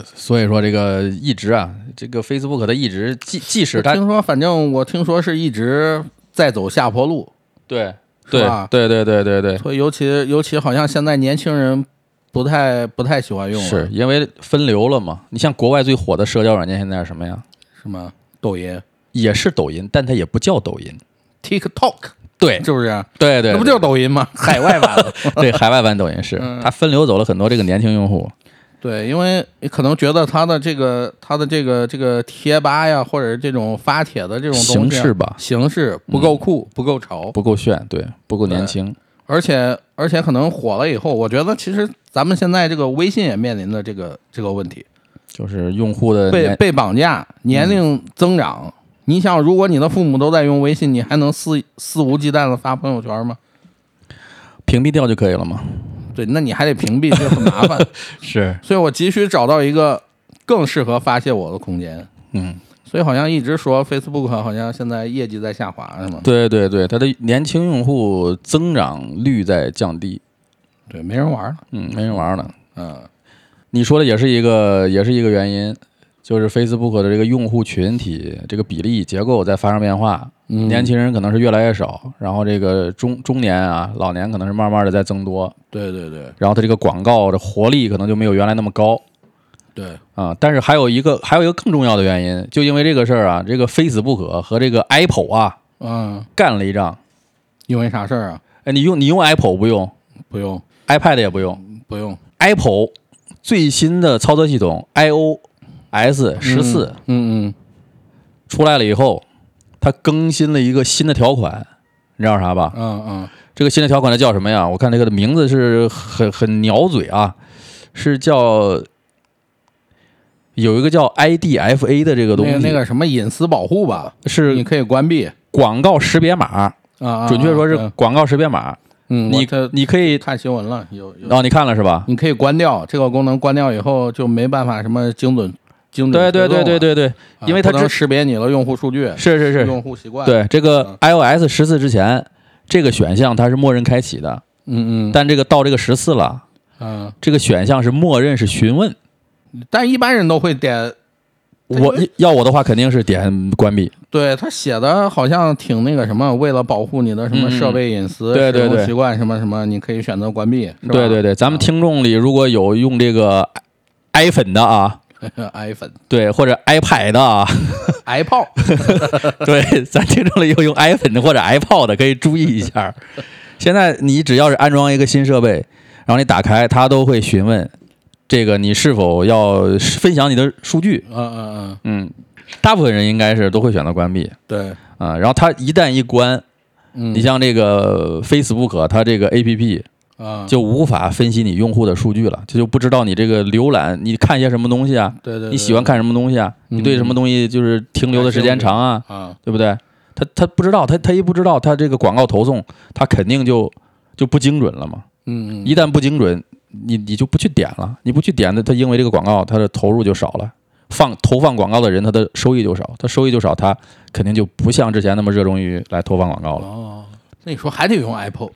[SPEAKER 1] 所以说这个一直啊，这个 Facebook 它一直即即使它
[SPEAKER 2] 听说，反正我听说是一直在走下坡路，
[SPEAKER 1] 对
[SPEAKER 2] 是
[SPEAKER 1] 对
[SPEAKER 2] 吧
[SPEAKER 1] 对对对对对，
[SPEAKER 2] 所以尤其尤其好像现在年轻人不太不太喜欢用了，
[SPEAKER 1] 是因为分流了嘛？你像国外最火的社交软件现在是什么呀？
[SPEAKER 2] 什么抖音、
[SPEAKER 1] 也是抖音，但它也不叫抖音。
[SPEAKER 2] TikTok
[SPEAKER 1] 对
[SPEAKER 2] 是不是？
[SPEAKER 1] 对哎对，
[SPEAKER 2] 这不
[SPEAKER 1] 对
[SPEAKER 2] 就是抖音吗？海外版的。
[SPEAKER 1] 对海外版抖音是
[SPEAKER 2] 嗯
[SPEAKER 1] 它分流走了很多这个年轻用户。
[SPEAKER 2] [LAUGHS] 对，因为你可能觉得他的这个他的这个这个贴吧呀，或者是这种发帖的这种东
[SPEAKER 1] 形
[SPEAKER 2] 西啊
[SPEAKER 1] 式吧嗯
[SPEAKER 2] 形式不够酷，不够潮，
[SPEAKER 1] 不够炫，对，不够年轻，
[SPEAKER 2] 而且而且可能火了以后，我觉得其实咱们现在这个微信也面临着这个这个问题，
[SPEAKER 1] 就是用户的
[SPEAKER 2] 被
[SPEAKER 1] 年
[SPEAKER 2] 被绑架，年龄增长。你想，如果你的父母都在用微信，你还能肆肆无忌惮的发朋友圈吗？
[SPEAKER 1] 屏蔽掉就可以了嘛。
[SPEAKER 2] 对，那你还得屏蔽，这很麻烦。 [LAUGHS]
[SPEAKER 1] 是，
[SPEAKER 2] 所以我急需找到一个更适合发泄我的空间。
[SPEAKER 1] 嗯，
[SPEAKER 2] 所以好像一直说 Facebook 好像现在业绩在下滑，是吗？
[SPEAKER 1] 对对对，它的年轻用户增长率在降低，
[SPEAKER 2] 对，没人玩了。
[SPEAKER 1] 嗯，没人玩了。
[SPEAKER 2] 嗯，
[SPEAKER 1] 你说的也是一个，也是一个原因，就是 Facebook 的这个用户群体这个比例结构在发生变化，
[SPEAKER 2] 嗯
[SPEAKER 1] 年轻人可能是越来越少，然后这个中中年啊、老年可能是慢慢的在增多，
[SPEAKER 2] 对对对
[SPEAKER 1] 然后它这个广告的活力可能就没有原来那么高。
[SPEAKER 2] 对，
[SPEAKER 1] 啊、但是还有一个，还有一个更重要的原因，就因为这个事儿啊，这个非死不可和这个 Apple 啊
[SPEAKER 2] 嗯，
[SPEAKER 1] 干了一仗。
[SPEAKER 2] 因为啥事儿啊？
[SPEAKER 1] 哎，你用你用 Apple 不用
[SPEAKER 2] 不用
[SPEAKER 1] ，iPad 也不用
[SPEAKER 2] 不用，
[SPEAKER 1] ，Apple 最新的操作系统 iOS 十四、
[SPEAKER 2] 嗯嗯，
[SPEAKER 1] 出来了以后，它更新了一个新的条款，你知道啥吧？
[SPEAKER 2] 嗯嗯，
[SPEAKER 1] 这个新的条款它叫什么呀？我看这个的名字是很很鸟嘴啊，是叫有一个叫 IDFA 的这个
[SPEAKER 2] 那
[SPEAKER 1] 东西，
[SPEAKER 2] 个那个什么隐私保护吧，你
[SPEAKER 1] 是
[SPEAKER 2] 可以关闭
[SPEAKER 1] 广告识别码。
[SPEAKER 2] 啊，
[SPEAKER 1] 准确说是
[SPEAKER 2] 啊
[SPEAKER 1] 广告识别码，
[SPEAKER 2] 嗯，
[SPEAKER 1] 你
[SPEAKER 2] 这
[SPEAKER 1] 你可以
[SPEAKER 2] 看新闻了，有有，
[SPEAKER 1] 哦，你看了是吧？
[SPEAKER 2] 你可以关掉这个功能，关掉以后就没办法什么精准精准
[SPEAKER 1] 对对
[SPEAKER 2] 推动
[SPEAKER 1] 对
[SPEAKER 2] 了
[SPEAKER 1] 对对对，
[SPEAKER 2] 啊
[SPEAKER 1] 因为它
[SPEAKER 2] 不能
[SPEAKER 1] 之
[SPEAKER 2] 识别你了用户数据，
[SPEAKER 1] 是是是，
[SPEAKER 2] 用户嗯习惯，，
[SPEAKER 1] 对这个 iOS 十四之前这个选项它是默认开启的，
[SPEAKER 2] 嗯嗯
[SPEAKER 1] 但这个到这个十四了，
[SPEAKER 2] 嗯，
[SPEAKER 1] 这个选项是默认是询问。
[SPEAKER 2] 但一般人都会点，对
[SPEAKER 1] 我
[SPEAKER 2] 因为
[SPEAKER 1] 要我的话肯定是点关闭，
[SPEAKER 2] 对他写的好像挺那个什么，为了保护你的什么
[SPEAKER 1] 嗯嗯
[SPEAKER 2] 设备隐私、
[SPEAKER 1] 对对
[SPEAKER 2] 使用
[SPEAKER 1] 对
[SPEAKER 2] 习惯什么什么，你可以选择关闭，是吧？啊
[SPEAKER 1] 对对对，咱们听众里如果有用这个 i 粉的啊，
[SPEAKER 2] [LAUGHS] 对，iPhone、
[SPEAKER 1] 对或者 iPad 的啊， [LAUGHS]
[SPEAKER 2] iPod，
[SPEAKER 1] 对，咱听众里有用 iPhone 的或者 iPod 的，可以注意一下儿。现在你只要是安装一个新设备，然后你打开，它都会询问这个你是否要分享你的数据。
[SPEAKER 2] [LAUGHS] 嗯嗯嗯，
[SPEAKER 1] 嗯，大部分人应该是都会选择关闭
[SPEAKER 2] 对，
[SPEAKER 1] 啊、然后它一旦一关，
[SPEAKER 2] 嗯，
[SPEAKER 1] 你像这个 Facebook，它这个 APP
[SPEAKER 2] 啊，
[SPEAKER 1] 就无法分析你用户的数据了，它就不知道你这个浏览你看些什么东西啊，
[SPEAKER 2] 对对对，
[SPEAKER 1] 你喜欢看什么东西啊，你对什么东西就是停留的时间长啊。
[SPEAKER 2] 啊，
[SPEAKER 1] 对不对？他他不知道，他他一不知道，他这个广告投送，他肯定就就不精准了嘛。
[SPEAKER 2] 嗯嗯，
[SPEAKER 1] 一旦不精准，你你就不去点了，你不去点的，他因为这个广告，他的投入就少了，放投放广告的人，他的收益就少，他收益就少，他肯定就不像之前那么热衷于来投放广告了。
[SPEAKER 2] 哦，那你说还得用 Apple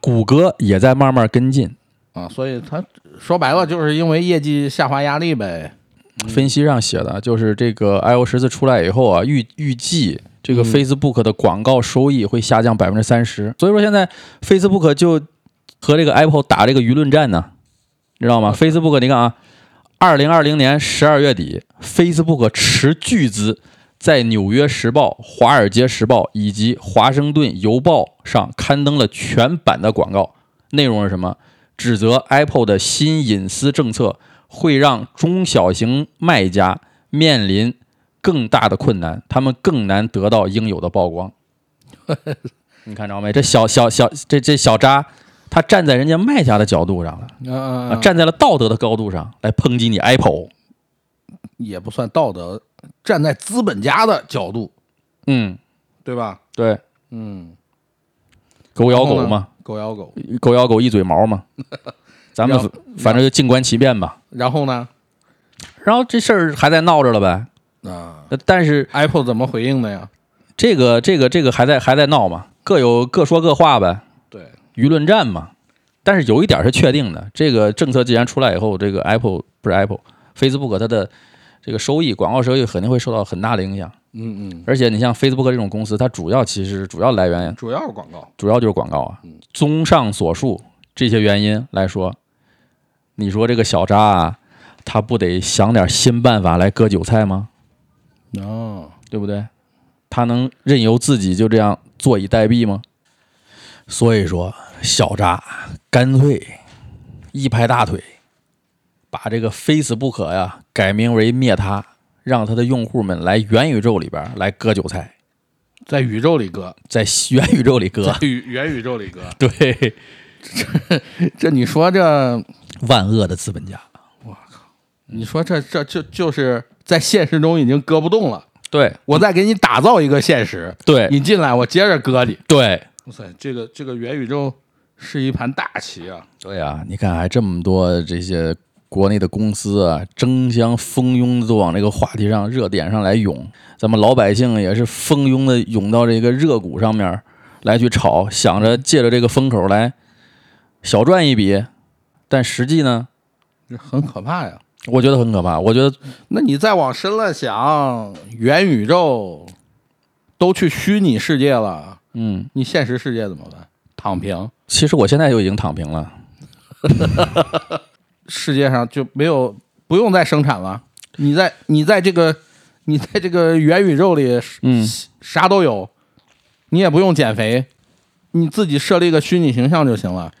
[SPEAKER 1] 谷歌也在慢慢跟进，
[SPEAKER 2] 啊，所以他说白了就是因为业绩下滑压力呗，
[SPEAKER 1] 分析上写的就是这个 iO 十四出来以后啊，预预计这个
[SPEAKER 2] 嗯
[SPEAKER 1] Facebook 的广告收益会下降百分之三十，所以说现在 Facebook 就和这个 Apple 打这个舆论战呢，你知道吗？Facebook 你看啊，二零二零年十二月底，Facebook 持巨资在《纽约时报》《华尔街时报》以及《华盛顿邮报》上刊登了全版的广告，内容是什么？指责 Apple 的新隐私政策会让中小型卖家面临更大的困难，他们更难得到应有的曝
[SPEAKER 2] [LAUGHS]
[SPEAKER 1] 光。你看着没？这小小小这这小渣，他站在人家卖家的角度上了，
[SPEAKER 2] 嗯
[SPEAKER 1] 啊，
[SPEAKER 2] 嗯嗯，
[SPEAKER 1] 站在了道德的高度上来抨击你 Apple。
[SPEAKER 2] 也不算道德，站在资本家的角度，
[SPEAKER 1] 嗯，
[SPEAKER 2] 对吧？
[SPEAKER 1] 对，
[SPEAKER 2] 嗯，
[SPEAKER 1] 狗咬狗嘛，
[SPEAKER 2] 狗咬狗，
[SPEAKER 1] 狗咬狗一嘴毛
[SPEAKER 2] [LAUGHS]
[SPEAKER 1] 嘛。咱们
[SPEAKER 2] 然后
[SPEAKER 1] 反正就静观其变吧。
[SPEAKER 2] 然后呢？
[SPEAKER 1] 然后这事儿还在闹着了呗。
[SPEAKER 2] 啊
[SPEAKER 1] 但是
[SPEAKER 2] ，Apple 怎么回应的呀？
[SPEAKER 1] 这个这个这个还在还在闹嘛，各有各说各话呗，
[SPEAKER 2] 对，
[SPEAKER 1] 舆论战嘛。但是有一点是确定的，这个政策既然出来以后，这个 Apple 不是 Apple，Facebook 它的这个收益广告收益肯定会受到很大的影响。
[SPEAKER 2] 嗯嗯，
[SPEAKER 1] 而且你像 Facebook 这种公司，它主要其实主要来源
[SPEAKER 2] 主要是广告，
[SPEAKER 1] 主要就是广告啊。综上所述这些原因来说，你说这个小扎啊，他不得想点新办法来割韭菜吗？
[SPEAKER 2] 哦，
[SPEAKER 1] 对不对？他能任由自己就这样坐以待毙吗？所以说，小扎干脆一拍大腿，把这个 Facebook 呀改名为灭他，让他的用户们来元宇宙里边来割韭菜，
[SPEAKER 2] 在宇宙里割，
[SPEAKER 1] 在元宇宙里割
[SPEAKER 2] 在。宇元宇宙里割，
[SPEAKER 1] [LAUGHS] 对，
[SPEAKER 2] [LAUGHS] 这你说这，
[SPEAKER 1] 万恶的资本家。
[SPEAKER 2] 你说这这就就是在现实中已经割不动了，
[SPEAKER 1] 对
[SPEAKER 2] 我再给你打造一个现实，
[SPEAKER 1] 对
[SPEAKER 2] 你进来我接着割你。
[SPEAKER 1] 对
[SPEAKER 2] 哇塞，这个这个元宇宙是一盘大棋啊！
[SPEAKER 1] 对啊！你看，还这么多这些国内的公司啊，争相蜂拥地都往这个话题上、热点上来涌，咱们老百姓也是蜂拥的涌到这个热股上面来去炒，想着借着这个风口来小赚一笔，但实际呢，
[SPEAKER 2] 这很可怕呀。
[SPEAKER 1] 我觉得很可怕。我觉得
[SPEAKER 2] 那你再往深了想，元宇宙都去虚拟世界了，
[SPEAKER 1] 嗯，
[SPEAKER 2] 你现实世界怎么办？躺平，
[SPEAKER 1] 其实我现在就已经躺平了。
[SPEAKER 2] 世界上就没有不用再生产了。你在你在这个你在这个元宇宙里，
[SPEAKER 1] 嗯，
[SPEAKER 2] 啥都有，你也不用减肥，你自己设立一个虚拟形象就行了。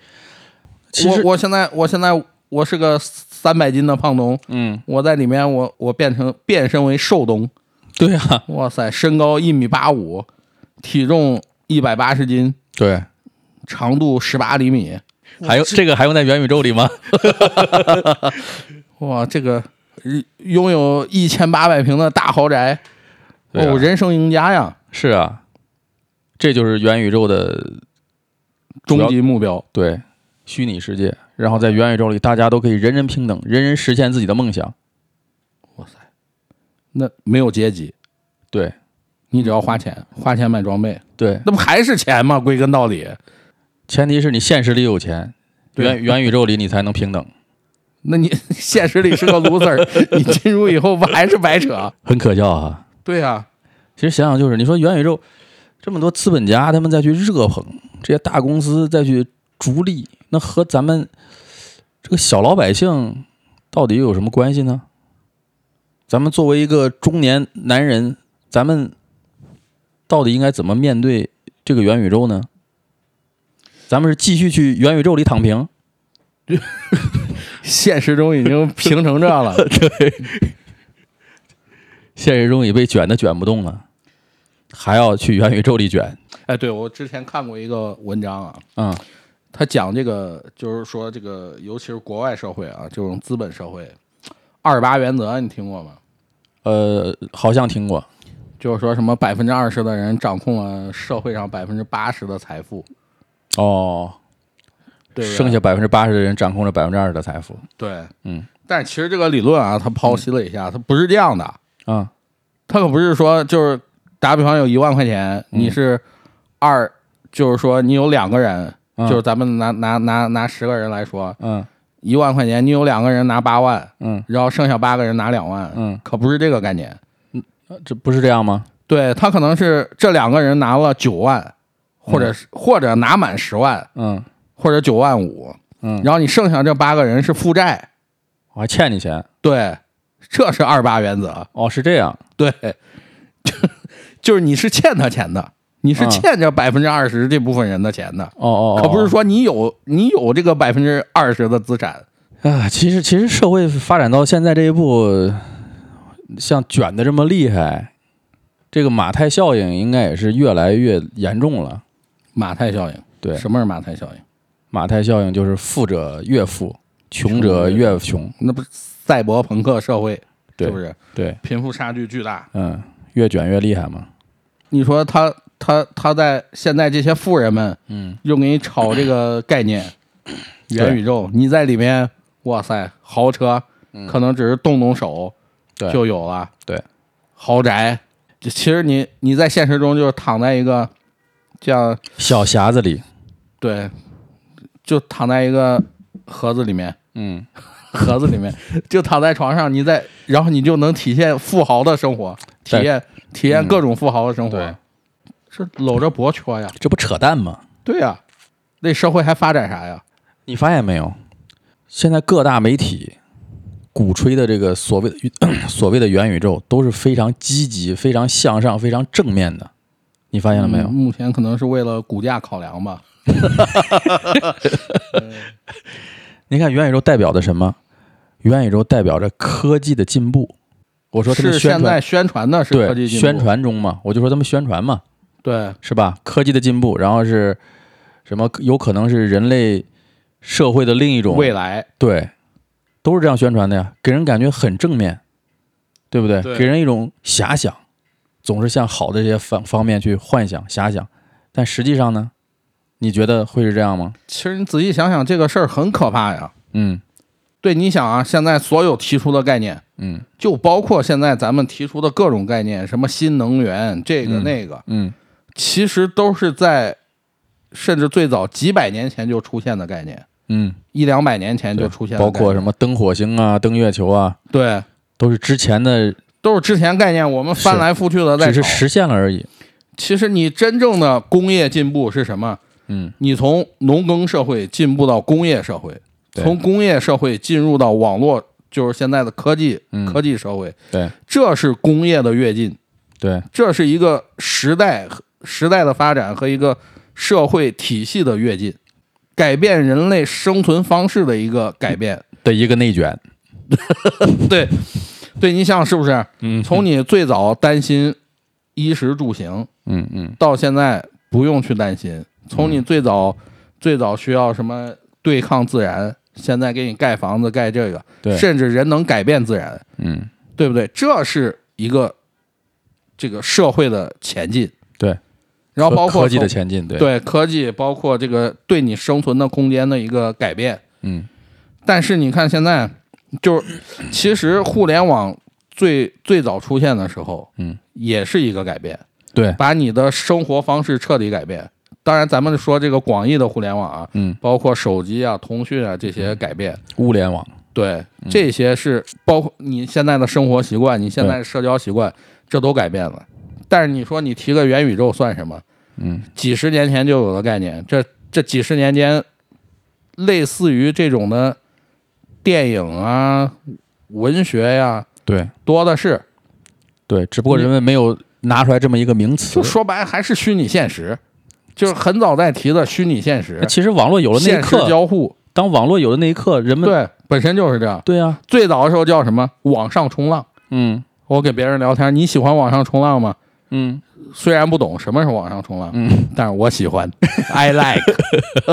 [SPEAKER 1] 其实
[SPEAKER 2] 我我现在我现在我是个三百斤的胖东，
[SPEAKER 1] 嗯，
[SPEAKER 2] 我在里面我我变成变身为瘦东，
[SPEAKER 1] 对啊，
[SPEAKER 2] 哇塞，身高一米八五，体重一百八十斤，
[SPEAKER 1] 对，
[SPEAKER 2] 长度十八厘米，
[SPEAKER 1] 还有这个还用在元宇宙里吗？ [LAUGHS]
[SPEAKER 2] 哇，这个呃拥有一千八百平的大豪宅，
[SPEAKER 1] 对啊
[SPEAKER 2] 哦，人生赢家呀，
[SPEAKER 1] 是啊，这就是元宇宙的主要
[SPEAKER 2] 终极目标。
[SPEAKER 1] 对，虚拟世界，然后在元宇宙里，大家都可以人人平等，人人实现自己的梦想。
[SPEAKER 2] 那没有阶级，
[SPEAKER 1] 对
[SPEAKER 2] 你只要花钱，花钱买装备，
[SPEAKER 1] 对，
[SPEAKER 2] 那不还是钱吗？归根到底，
[SPEAKER 1] 前提是你现实里有钱，
[SPEAKER 2] 对
[SPEAKER 1] 元元宇宙里你才能平等。
[SPEAKER 2] 那你 [LAUGHS] 现实里是个
[SPEAKER 1] [LAUGHS]
[SPEAKER 2] loser，你进入以后不还是白扯？
[SPEAKER 1] 很可笑啊！
[SPEAKER 2] 对呀、
[SPEAKER 1] 其实想想就是，你说元宇宙这么多资本家他们再去热捧，这些大公司再去逐利，那和咱们这个小老百姓到底又有什么关系呢？咱们作为一个中年男人，咱们到底应该怎么面对这个元宇宙呢？咱们是继续去元宇宙里躺平，
[SPEAKER 2] 现实中已经平成这样了，
[SPEAKER 1] 现实中已被卷的卷不动了，还要去元宇宙里卷？
[SPEAKER 2] 哎，对我之前看过一个文章啊，
[SPEAKER 1] 嗯
[SPEAKER 2] 他讲这个就是说这个，尤其是国外社会啊，这种资本社会，二十八原则你听过吗？
[SPEAKER 1] 呃，好像听过，
[SPEAKER 2] 就是说什么百分之二十的人掌控了社会上百分之八十的财富，
[SPEAKER 1] 哦，
[SPEAKER 2] 对不对
[SPEAKER 1] 剩下百分之八十的人掌控着百分之二十的财富。
[SPEAKER 2] 对，
[SPEAKER 1] 嗯。
[SPEAKER 2] 但是其实这个理论啊，他剖析了一下，他不是这样的，
[SPEAKER 1] 啊，
[SPEAKER 2] 他可不是说就是打比方有一万块钱，
[SPEAKER 1] 嗯
[SPEAKER 2] 你是二，就是说你有两个人，
[SPEAKER 1] 嗯
[SPEAKER 2] 就是咱们拿拿拿拿十个人来说，
[SPEAKER 1] 嗯
[SPEAKER 2] 一万块钱你有两个人拿八万，
[SPEAKER 1] 嗯，
[SPEAKER 2] 然后剩下八个人拿两万，
[SPEAKER 1] 嗯，
[SPEAKER 2] 可不是这个概念。
[SPEAKER 1] 呃这不是这样吗？
[SPEAKER 2] 对他可能是这两个人拿了九万，或者是、或者拿满十万，
[SPEAKER 1] 嗯，
[SPEAKER 2] 或者九万五，
[SPEAKER 1] 嗯
[SPEAKER 2] 然后你剩下这八个人是负债，
[SPEAKER 1] 我还欠你钱。
[SPEAKER 2] 对，这是二八原则，
[SPEAKER 1] 哦，是这样。
[SPEAKER 2] 对，就就是你是欠他钱的，你是
[SPEAKER 1] 嗯
[SPEAKER 2] 欠着百分之二十这部分人的钱的，
[SPEAKER 1] 哦哦，哦
[SPEAKER 2] 可不是说你有你有这个百分之二十的资产，
[SPEAKER 1] 啊。其实其实社会发展到现在这一步，像卷的这么厉害，这个马太效应应该也是越来越严重了。
[SPEAKER 2] 马太效应，
[SPEAKER 1] 对，
[SPEAKER 2] 什么是马太效应？
[SPEAKER 1] 马太效应就是富者越富，穷
[SPEAKER 2] 穷
[SPEAKER 1] 者
[SPEAKER 2] 者
[SPEAKER 1] 越穷。
[SPEAKER 2] 那不是赛博朋克社会，
[SPEAKER 1] 对
[SPEAKER 2] 是不是？
[SPEAKER 1] 对，
[SPEAKER 2] 贫富差距巨大。
[SPEAKER 1] 嗯，越卷越厉害嘛。
[SPEAKER 2] 你说他他他在现在这些富人们，
[SPEAKER 1] 嗯，
[SPEAKER 2] 又给你炒这个概念，元宇宙，你在里面，哇塞，豪车可能只是动动手
[SPEAKER 1] 对
[SPEAKER 2] 就有了，
[SPEAKER 1] 对，
[SPEAKER 2] 豪宅就其实你你在现实中就是躺在一个像
[SPEAKER 1] 小匣子里，
[SPEAKER 2] 对，就躺在一个盒子里面，
[SPEAKER 1] 嗯，
[SPEAKER 2] [LAUGHS] 盒子里面，就躺在床上，你在，然后你就能体现富豪的生活，体
[SPEAKER 1] 对嗯
[SPEAKER 2] 验体验各种富豪的生活。
[SPEAKER 1] 对
[SPEAKER 2] 是搂着脖戳呀，
[SPEAKER 1] 这不扯淡吗？
[SPEAKER 2] 对呀，那社会还发展啥呀？
[SPEAKER 1] 你发现没有？现在各大媒体鼓吹的这个所谓的所谓的元 [CLEARS THROAT] 宇宙都是非常积极、非常向上、非常正面的，你发现了没有？
[SPEAKER 2] 嗯目前可能是为了股价考量吧。
[SPEAKER 1] 你看元宇宙代表的什么？元宇宙代表着科技的进步。我说他们
[SPEAKER 2] 是
[SPEAKER 1] 宣
[SPEAKER 2] 现在
[SPEAKER 1] 传
[SPEAKER 2] 宣传的是科技
[SPEAKER 1] 对
[SPEAKER 2] 进步
[SPEAKER 1] 宣传中嘛，我就说他们宣传嘛，
[SPEAKER 2] 对
[SPEAKER 1] 是吧？科技的进步，然后是什么？有可能是人类社会的另一种
[SPEAKER 2] 未来
[SPEAKER 1] 对，都是这样宣传的呀，给人感觉很正面，对不对？
[SPEAKER 2] 对
[SPEAKER 1] 给人一种遐想，总是向好的这些方方面去幻想、遐想，但实际上呢，你觉得会是这样吗？
[SPEAKER 2] 其实你仔细想想，这个事儿很可怕呀。
[SPEAKER 1] 嗯
[SPEAKER 2] 对，你想啊，现在所有提出的概念，
[SPEAKER 1] 嗯
[SPEAKER 2] 就包括现在咱们提出的各种概念，什么新能源，这个那个，
[SPEAKER 1] 嗯，
[SPEAKER 2] 其实都是在甚至最早几百年前就出现的概念，
[SPEAKER 1] 嗯，
[SPEAKER 2] 一两百年前就出现的概
[SPEAKER 1] 包
[SPEAKER 2] 念，
[SPEAKER 1] 括什么登火星啊、登月球啊，
[SPEAKER 2] 对，
[SPEAKER 1] 都是之前的，
[SPEAKER 2] 都是之前概念，我们翻
[SPEAKER 1] 是
[SPEAKER 2] 来覆去的在
[SPEAKER 1] 只
[SPEAKER 2] 炒
[SPEAKER 1] 是。实现了而已。
[SPEAKER 2] 其实你真正的工业进步是什么？
[SPEAKER 1] 嗯，
[SPEAKER 2] 你从农耕社会进步到工业社会，
[SPEAKER 1] 对
[SPEAKER 2] 从工业社会进入到网络，就是现在的科技、
[SPEAKER 1] 嗯
[SPEAKER 2] 科技社会，
[SPEAKER 1] 对
[SPEAKER 2] 这是工业的跃进，
[SPEAKER 1] 对
[SPEAKER 2] 这是一个时代时代的发展和一个社会体系的跃进，改变人类生存方式的一个改变。
[SPEAKER 1] 的一个内卷，
[SPEAKER 2] 对，对，你想想是不是？
[SPEAKER 1] 嗯
[SPEAKER 2] 从你最早担心衣食住行，
[SPEAKER 1] 嗯嗯
[SPEAKER 2] 到现在不用去担心。从你最早、最早需要什么对抗自然，现在给你盖房子盖这个，
[SPEAKER 1] 对
[SPEAKER 2] 甚至人能改变自然，
[SPEAKER 1] 嗯，
[SPEAKER 2] 对不对？这是一个这个社会的前进。
[SPEAKER 1] 对，
[SPEAKER 2] 然后包
[SPEAKER 1] 科
[SPEAKER 2] 括
[SPEAKER 1] 科技的
[SPEAKER 2] 从
[SPEAKER 1] 前进，对，
[SPEAKER 2] 对科技，包括这个对你生存的空间的一个改变。
[SPEAKER 1] 嗯
[SPEAKER 2] 但是你看现在，就是 [COUGHS] 其实互联网最最早出现的时候，
[SPEAKER 1] 嗯，
[SPEAKER 2] 也是一个改变。
[SPEAKER 1] 对，
[SPEAKER 2] 把你的生活方式彻底改变。当然，咱们说这个广义的互联网啊，
[SPEAKER 1] 嗯，
[SPEAKER 2] 包括手机啊、通讯啊这些改变，
[SPEAKER 1] 物联网，
[SPEAKER 2] 对，
[SPEAKER 1] 嗯
[SPEAKER 2] 这些是包括你现在的生活习惯、你现在的社交习惯，这都改变了。但是你说你提个元宇宙算什么？
[SPEAKER 1] 嗯，
[SPEAKER 2] 几十年前就有的概念，这这几十年间，类似于这种的电影啊、文学呀、
[SPEAKER 1] 对
[SPEAKER 2] 多的是，
[SPEAKER 1] 对，只不过
[SPEAKER 2] 你
[SPEAKER 1] 人们没有拿出来这么一个名词
[SPEAKER 2] 就。说白了还是虚拟现实，就是很早在提的虚拟现实
[SPEAKER 1] 那。其实网络有了那一
[SPEAKER 2] 现实
[SPEAKER 1] 刻，
[SPEAKER 2] 交互，
[SPEAKER 1] 当网络有了那一刻，人们
[SPEAKER 2] 对，本身就是这样。
[SPEAKER 1] 对啊，
[SPEAKER 2] 最早的时候叫什么？网上冲浪。
[SPEAKER 1] 嗯
[SPEAKER 2] 我给别人聊天，你喜欢网上冲浪吗？
[SPEAKER 1] [LAUGHS] 嗯，
[SPEAKER 2] 虽然不懂什么是网上冲浪，
[SPEAKER 1] 嗯，
[SPEAKER 2] 但是我
[SPEAKER 1] [LAUGHS]
[SPEAKER 2] 喜欢，I like，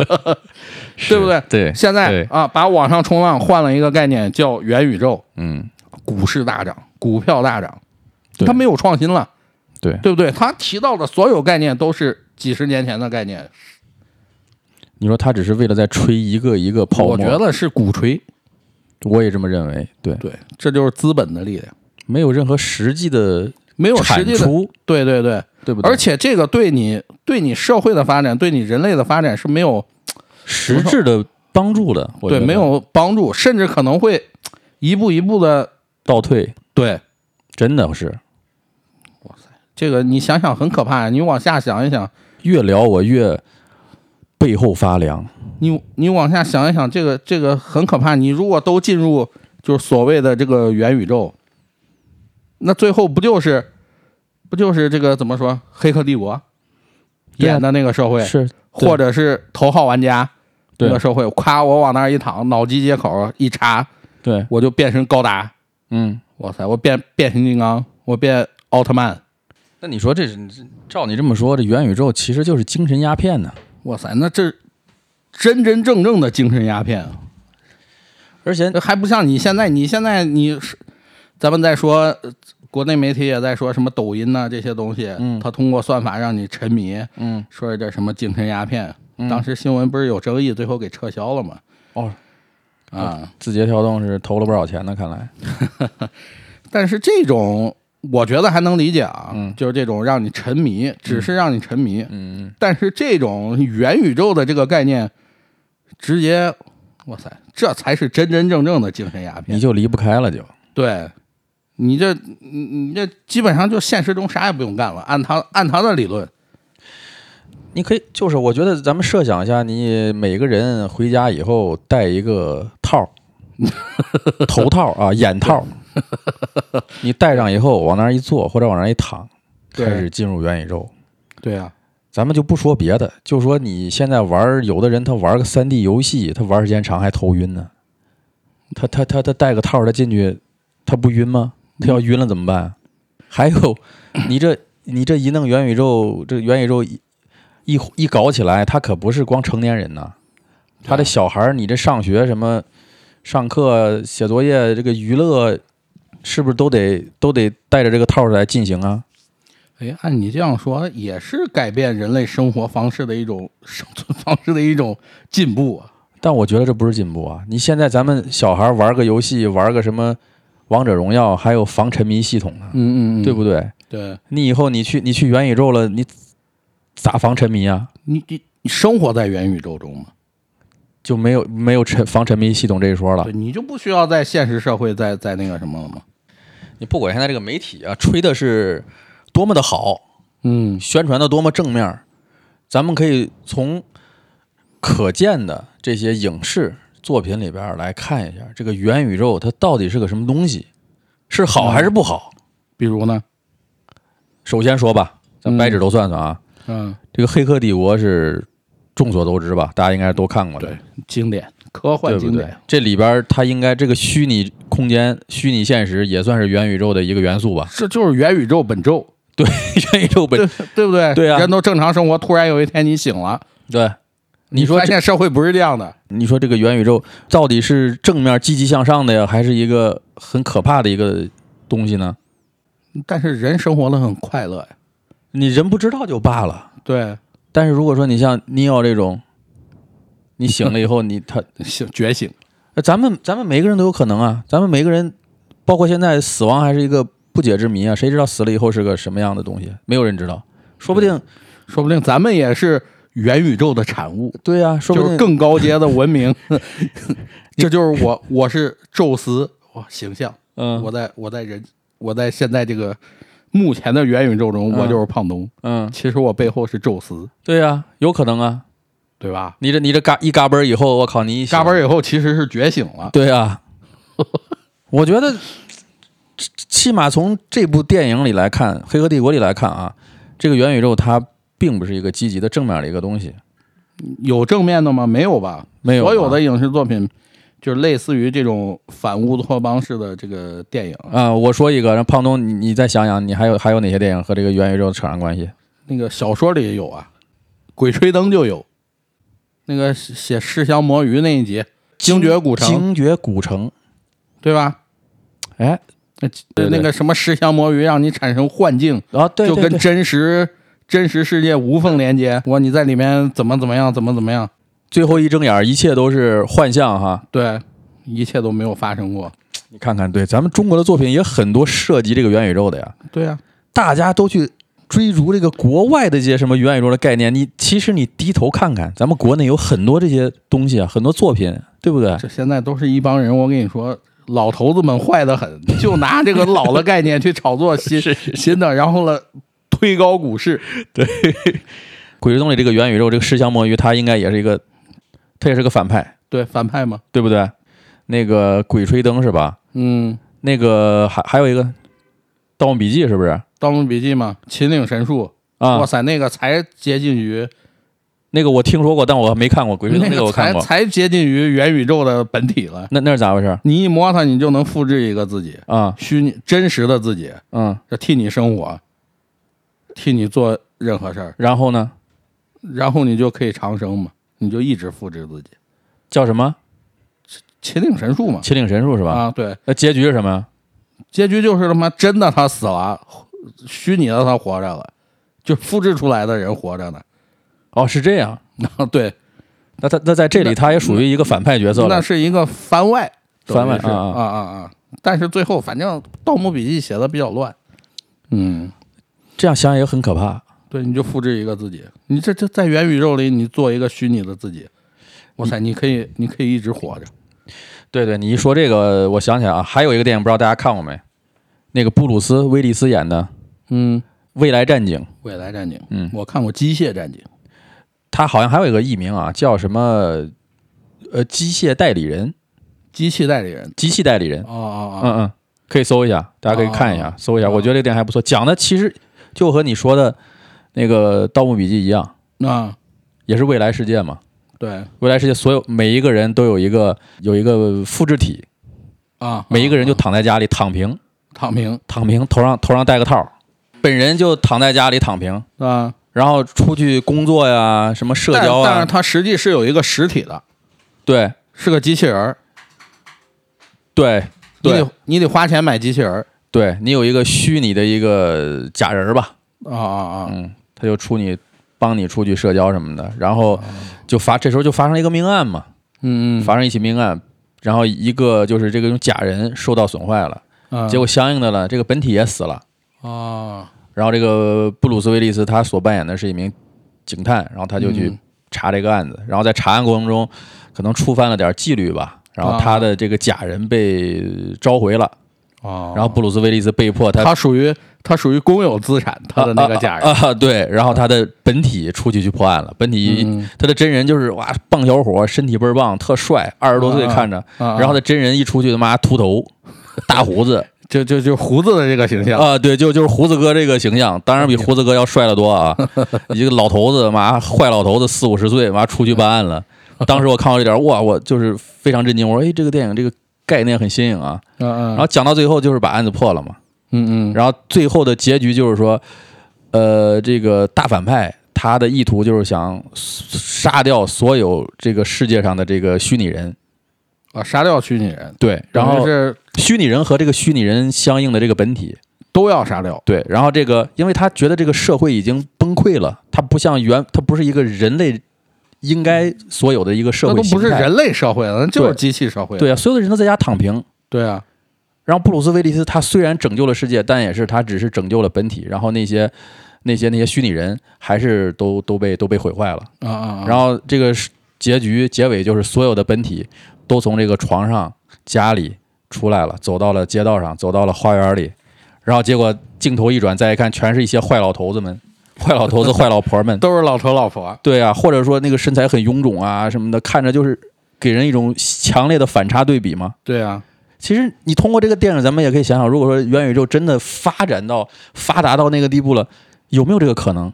[SPEAKER 2] 对不对？
[SPEAKER 1] 对，
[SPEAKER 2] 现在
[SPEAKER 1] 对
[SPEAKER 2] 啊，把网上冲浪换了一个概念，叫元宇宙，
[SPEAKER 1] 嗯
[SPEAKER 2] 股市大涨，股票大涨，
[SPEAKER 1] 对
[SPEAKER 2] 它没有创新了，
[SPEAKER 1] 对，
[SPEAKER 2] 对不对？它提到的所有概念都是几十年前的概念，
[SPEAKER 1] 你说他只是为了在吹一个一个泡沫，
[SPEAKER 2] 我觉得是鼓吹，
[SPEAKER 1] 我也这么认为，对，
[SPEAKER 2] 对，这就是资本的力量，
[SPEAKER 1] 没有任何实际的
[SPEAKER 2] 没有实
[SPEAKER 1] 产
[SPEAKER 2] 际的，
[SPEAKER 1] 出，
[SPEAKER 2] 对对对，
[SPEAKER 1] 对不对？
[SPEAKER 2] 而且这个对你对你社会的发展，对你人类的发展是没有
[SPEAKER 1] 实质的帮助的，我
[SPEAKER 2] 对
[SPEAKER 1] 觉得
[SPEAKER 2] 没有帮助，甚至可能会一步一步的
[SPEAKER 1] 倒退，
[SPEAKER 2] 对
[SPEAKER 1] 真的是
[SPEAKER 2] 这个你想想很可怕呀，你往下想一想，
[SPEAKER 1] 越聊我越背后发凉。
[SPEAKER 2] 你你往下想一想，这个这个很可怕。你如果都进入就是所谓的这个元宇宙，那最后不就是不就是这个怎么说《黑客帝国》
[SPEAKER 1] 对啊
[SPEAKER 2] 演的那个社会，
[SPEAKER 1] 是，对
[SPEAKER 2] 或者是头号玩家那
[SPEAKER 1] 对
[SPEAKER 2] 个社会，夸我往那儿一躺，脑机接口一插，
[SPEAKER 1] 对，
[SPEAKER 2] 我就变身高达。
[SPEAKER 1] 嗯。
[SPEAKER 2] 哇塞，我变变形金刚，我变奥特曼，
[SPEAKER 1] 那你说这是这照你这么说，这元宇宙其实就是精神鸦片呢、
[SPEAKER 2] 哇塞，那这真真正正的精神鸦片啊！
[SPEAKER 1] 而且
[SPEAKER 2] 这还不像你现在，你现在你是，咱们再说，呃国内媒体也在说什么抖音呐、这些东西，
[SPEAKER 1] 嗯
[SPEAKER 2] 它通过算法让你沉迷，
[SPEAKER 1] 嗯，
[SPEAKER 2] 说是这什么精神鸦片。
[SPEAKER 1] 嗯
[SPEAKER 2] 当时新闻不是有争议，最后给撤销了吗？
[SPEAKER 1] 哦，
[SPEAKER 2] 啊，
[SPEAKER 1] 嗯字节跳动是投了不少钱呢，看来。
[SPEAKER 2] 但是这种我觉得还能理解啊，就是这种让你沉迷，只是让你沉迷。
[SPEAKER 1] 嗯嗯，
[SPEAKER 2] 但是这种元宇宙的这个概念，直接，哇塞，这才是真真正正的精神鸦
[SPEAKER 1] 你
[SPEAKER 2] 片。
[SPEAKER 1] 就离不开了就。
[SPEAKER 2] 对，你这你你这基本上就现实中啥也不用干了。按他按他的理论，
[SPEAKER 1] 你可以就是，我觉得咱们设想一下，你每个人回家以后戴一个套儿，头套儿啊，眼套儿， [LAUGHS] 你戴上以后往那儿一坐或者往那儿一躺，
[SPEAKER 2] 对
[SPEAKER 1] 开始进入元宇宙。
[SPEAKER 2] 对啊，
[SPEAKER 1] 咱们就不说别的，就说你现在玩儿，有的人他玩个三 D 游戏，他玩儿时间长还头晕呢。他他他他戴个套儿，他进去，他不晕吗？他要晕了怎么办？啊还有，你这你这一弄元宇宙，这元宇宙一一一搞起来，他可不是光成年人呐，他的小孩儿，你这上学什么，上课写作业，这个娱乐，是不是都得都得带着这个套儿来进行啊？
[SPEAKER 2] 哎，按你这样说，也是改变人类生活方式的一种生存方式的一种进步啊。
[SPEAKER 1] 但我觉得这不是进步啊！你现在咱们小孩玩个游戏，玩个什么王者荣耀，还有防沉迷系统呢，
[SPEAKER 2] 嗯
[SPEAKER 1] 对不对？
[SPEAKER 2] 对？
[SPEAKER 1] 你以后你去你去元宇宙了，你咋防沉迷啊？
[SPEAKER 2] 你你你生活在元宇宙中嘛，
[SPEAKER 1] 就没有没有沉防沉迷系统这一说了
[SPEAKER 2] 对，。你就不需要在现实社会再再那个什么了嘛。
[SPEAKER 1] 你不管现在这个媒体啊，吹的是多么的好，
[SPEAKER 2] 嗯，
[SPEAKER 1] 宣传的多么正面儿，咱们可以从可见的这些影视作品里边儿来看一下，这个元宇宙它到底是个什么东西，是好还是不好？
[SPEAKER 2] 比如呢，
[SPEAKER 1] 首先说吧，咱掰指头算算啊，
[SPEAKER 2] 嗯，
[SPEAKER 1] 这个《黑客帝国》是众所周知吧，大家应该都看过的，
[SPEAKER 2] 对，经典科幻
[SPEAKER 1] 对不
[SPEAKER 2] 经
[SPEAKER 1] 对
[SPEAKER 2] 典，？？
[SPEAKER 1] 这里边儿它应该这个虚拟空间、虚拟现实也算是元宇宙的一个元素吧
[SPEAKER 2] [LAUGHS] 这就是元宇宙本宙，
[SPEAKER 1] 元宇宙本
[SPEAKER 2] 对对不对？
[SPEAKER 1] 对啊
[SPEAKER 2] 人都正常生活，突然有一天你醒了，
[SPEAKER 1] 对，你说
[SPEAKER 2] 发
[SPEAKER 1] 这
[SPEAKER 2] 现社会不是这样的，
[SPEAKER 1] 你说这个元宇宙到底是正面积极向上的呀，还是一个很可怕的一个东西呢？
[SPEAKER 2] 但是人生活的很快乐呀。
[SPEAKER 1] 你人不知道就罢了，
[SPEAKER 2] 对，
[SPEAKER 1] 但是如果说你像尼奥这种，你醒了以后，你他
[SPEAKER 2] 醒觉醒，
[SPEAKER 1] 呃咱们咱们每个人都有可能啊，咱们每个人，包括现在死亡还是一个不解之谜啊，谁知道死了以后是个什么样的东西？没有人知道，说不定
[SPEAKER 2] 说不定咱们也是元宇宙的产物。
[SPEAKER 1] 对呀、说不
[SPEAKER 2] 就是
[SPEAKER 1] 定
[SPEAKER 2] 更高阶的
[SPEAKER 1] [LAUGHS]
[SPEAKER 2] 文明。 [LAUGHS] 这就是我，我是宙斯，哇，形象，
[SPEAKER 1] 嗯
[SPEAKER 2] 我在我在人，我在现在这个目前的元宇宙中，
[SPEAKER 1] 嗯
[SPEAKER 2] 我就是胖东，
[SPEAKER 1] 嗯，
[SPEAKER 2] 其实我背后是宙斯，
[SPEAKER 1] 对呀、有可能啊。
[SPEAKER 2] 对吧？
[SPEAKER 1] 你这你这嘎一嘎嘣儿以后，我靠，你一醒
[SPEAKER 2] 嘎嘣儿以后其实是觉醒了，
[SPEAKER 1] 对啊，我觉得起起码从这部电影里来看，《黑客帝国》里来看啊，这个元宇宙它并不是一个积极的正面的一个东西，
[SPEAKER 2] 有正面的吗？没有吧？
[SPEAKER 1] 没有吧啊
[SPEAKER 2] 所有的影视作品就是类似于这种反乌托邦式的这个电影，
[SPEAKER 1] 啊、我说一个，让胖东你你再想想，你还有还有哪些电影和这个元宇宙扯上关系？
[SPEAKER 2] 那个小说里也有啊，《鬼吹灯》就有，那个写写释迦魔鱼那一集，精绝古城
[SPEAKER 1] 精绝古城，
[SPEAKER 2] 对吧？
[SPEAKER 1] 哎，
[SPEAKER 2] 那
[SPEAKER 1] 对对
[SPEAKER 2] 那个什么石香魔鱼，让你产生幻境，
[SPEAKER 1] 啊，对
[SPEAKER 2] 就
[SPEAKER 1] 对
[SPEAKER 2] 跟
[SPEAKER 1] 对，
[SPEAKER 2] 真实真实世界无缝连接。我你在里面怎么怎么样，怎么怎么样，
[SPEAKER 1] 最后一睁眼，一切都是幻象哈。
[SPEAKER 2] 对，一切都没有发生过。
[SPEAKER 1] 你看看，对咱们中国的作品也很多涉及这个元宇宙的呀，
[SPEAKER 2] 对啊，
[SPEAKER 1] 大家都去追逐这个国外的这些什么元宇宙的概念，你其实你低头看看，咱们国内有很多这些东西啊，很多作品，对不对？
[SPEAKER 2] 这现在都是一帮人，我跟你说。老头子们坏得很， [LAUGHS] 就拿这个老的概念去炒
[SPEAKER 1] [LAUGHS]
[SPEAKER 2] 作新新的，然后呢，推高股市。
[SPEAKER 1] 鬼吹灯里这个元宇宙这个释迦魔鱼，它应该也是一个，它也是个反派，
[SPEAKER 2] 对，反派嘛。
[SPEAKER 1] 对不对？那个鬼吹灯是吧？
[SPEAKER 2] 嗯，
[SPEAKER 1] 那个还还有一个《盗墓笔记》是不是？
[SPEAKER 2] 《盗墓笔记》嘛，秦岭神树。
[SPEAKER 1] 啊
[SPEAKER 2] 哇，塞，那个才接近于
[SPEAKER 1] 那个我听说过，但我没看过《鬼吹灯》，那个我看
[SPEAKER 2] 才
[SPEAKER 1] 过。
[SPEAKER 2] 才接近于元宇宙的本体了。
[SPEAKER 1] 那那是咋回事？
[SPEAKER 2] 你一摸它，你就能复制一个自己，
[SPEAKER 1] 啊，
[SPEAKER 2] 虚拟真实的自己，
[SPEAKER 1] 嗯，
[SPEAKER 2] 这替你生活，替你做任何事儿，
[SPEAKER 1] 然后呢？
[SPEAKER 2] 然后你就可以长生嘛，你就一直复制自己，
[SPEAKER 1] 叫什么？
[SPEAKER 2] 秦岭神树嘛，
[SPEAKER 1] 秦岭神树是吧？
[SPEAKER 2] 啊，对，
[SPEAKER 1] 那结局是什么呀？
[SPEAKER 2] 结局就是他妈真的他死了，虚拟的他活着了，就复制出来的人活着呢， [LAUGHS]
[SPEAKER 1] 哦，是这样。
[SPEAKER 2] 啊，对，
[SPEAKER 1] 那他那在这里，他也属于一个反派角色
[SPEAKER 2] 那
[SPEAKER 1] 了。
[SPEAKER 2] 是一个番外，
[SPEAKER 1] 番外
[SPEAKER 2] 等于是
[SPEAKER 1] 啊
[SPEAKER 2] 啊啊啊，但是最后反正《盗墓笔记》写的比较乱，嗯，
[SPEAKER 1] 这样想想也很可怕。
[SPEAKER 2] 对，你就复制一个自己，你这这在元宇宙里，你做一个虚拟的自己，哇
[SPEAKER 1] 嗯
[SPEAKER 2] 塞，你可以，你可以一直活着。
[SPEAKER 1] 对对，你一说这个，我想起来啊，还有一个电影，不知道大家看过没？那个布鲁斯·威利斯演的《
[SPEAKER 2] 嗯，
[SPEAKER 1] 未来战警》，
[SPEAKER 2] 未来战警，
[SPEAKER 1] 嗯，
[SPEAKER 2] 我看过《机械战警》，
[SPEAKER 1] 他好像还有一个艺名啊，叫什么？呃，机械代理人，
[SPEAKER 2] 机器代理人，
[SPEAKER 1] 机器代理人，
[SPEAKER 2] 哦哦哦，
[SPEAKER 1] 嗯嗯，可以搜一下，大家可以看一
[SPEAKER 2] 啊
[SPEAKER 1] 下，搜一下。我觉得这个电影还不错，讲的其实就和你说的那个《盗墓笔记》一样，
[SPEAKER 2] 那
[SPEAKER 1] 也是未来世界嘛。
[SPEAKER 2] 对
[SPEAKER 1] 未来世界所有每一个人都有一个有一个复制体，
[SPEAKER 2] 啊，
[SPEAKER 1] 每一个人就
[SPEAKER 2] 啊
[SPEAKER 1] 躺在家里躺平，
[SPEAKER 2] 躺平
[SPEAKER 1] 躺平，头上头上戴个套，本人就躺在家里躺平，
[SPEAKER 2] 啊，
[SPEAKER 1] 然后出去工作呀，什么社交
[SPEAKER 2] 但但是
[SPEAKER 1] 啊，
[SPEAKER 2] 它实际是有一个实体的，
[SPEAKER 1] 对
[SPEAKER 2] 是个机器人儿，
[SPEAKER 1] 对
[SPEAKER 2] 你
[SPEAKER 1] 对
[SPEAKER 2] 得你得花钱买机器人儿
[SPEAKER 1] 对，你有一个虚拟的一个假人儿吧，
[SPEAKER 2] 啊啊啊，
[SPEAKER 1] 嗯，他就出你帮你出去社交什么的，然后就发这时候就发生了一个命案嘛，
[SPEAKER 2] 哦嗯
[SPEAKER 1] 发生一起命案，然后一个就是这个用假人受到损坏了，
[SPEAKER 2] 嗯，
[SPEAKER 1] 结果相应的呢，这个本体也死了，
[SPEAKER 2] 果啊，
[SPEAKER 1] 然后这个布鲁斯威利斯他所扮演的是一名警探，然后他就
[SPEAKER 2] 嗯
[SPEAKER 1] 去查这个案子，然后在查案过程中可能触犯了点纪律吧。然
[SPEAKER 2] 啊
[SPEAKER 1] 后他的这个假人被召回了，
[SPEAKER 2] 哦，
[SPEAKER 1] 然后布鲁斯威利斯被迫他
[SPEAKER 2] 它属于它属于公有资产，它的那个假人
[SPEAKER 1] 啊啊啊对，然后他的本体出去去破案了，本体、
[SPEAKER 2] 嗯
[SPEAKER 1] 他的真人就是哇棒小伙，身体倍儿棒，特帅，二十多岁
[SPEAKER 2] 啊啊
[SPEAKER 1] 看着，
[SPEAKER 2] 啊，
[SPEAKER 1] 然后他真人一出去他妈秃头。大胡
[SPEAKER 2] [LAUGHS]
[SPEAKER 1] 子
[SPEAKER 2] [LAUGHS] 就就就胡子的这个形象，
[SPEAKER 1] 啊、对，就就是胡子哥这个形象，当然比胡子哥要帅得多
[SPEAKER 2] [LAUGHS]
[SPEAKER 1] 啊！一个老头子，妈坏老头子，四五十岁，妈出去办案
[SPEAKER 2] [LAUGHS]
[SPEAKER 1] 了。当时我看到这点儿，哇，我就是非常震惊。我说，哎，这个电影这个概念很新颖啊。
[SPEAKER 2] 嗯嗯，
[SPEAKER 1] 然后讲到最后，就是把案子破了嘛。
[SPEAKER 2] 嗯嗯
[SPEAKER 1] 然后最后的结局就是说，呃，这个大反派他的意图就是想杀掉所有这个世界上的这个虚拟人，
[SPEAKER 2] 啊，杀掉虚拟人，
[SPEAKER 1] 对，然后
[SPEAKER 2] 是
[SPEAKER 1] 虚拟人和这个虚拟人相应的这个本体，
[SPEAKER 2] 都要杀掉，
[SPEAKER 1] 对，然后这个因为他觉得这个社会已经崩溃了，它不像原，它不是一个人类应该所有的一个社
[SPEAKER 2] 那
[SPEAKER 1] 会
[SPEAKER 2] 都不
[SPEAKER 1] 形
[SPEAKER 2] 是
[SPEAKER 1] 态，
[SPEAKER 2] 人类社会了，那就是
[SPEAKER 1] 对
[SPEAKER 2] 机器社会了，
[SPEAKER 1] 对啊，所有的人都在家躺平，
[SPEAKER 2] 对啊，
[SPEAKER 1] 然后布鲁斯威利斯他虽然拯救了世界，但也是他只是拯救了本体，然后那些那些那些虚拟人还是都都被都被毁坏了。
[SPEAKER 2] 啊啊，啊
[SPEAKER 1] 然后这个是结局结尾就是所有的本体都从这个床上家里出来了，走到了街道上，走到了花园里，然后结果镜头一转，再一看，全是一些坏老头子们、坏老头子、坏老婆们。
[SPEAKER 2] 都是老头老婆，
[SPEAKER 1] 对啊，或者说那个身材很臃肿啊什么的，看着就是给人一种强烈的反差对比嘛。
[SPEAKER 2] 对啊，
[SPEAKER 1] 其实你通过这个电影，咱们也可以想想，如果说元宇宙真的发展到发达到那个地步了，有没有这个可能？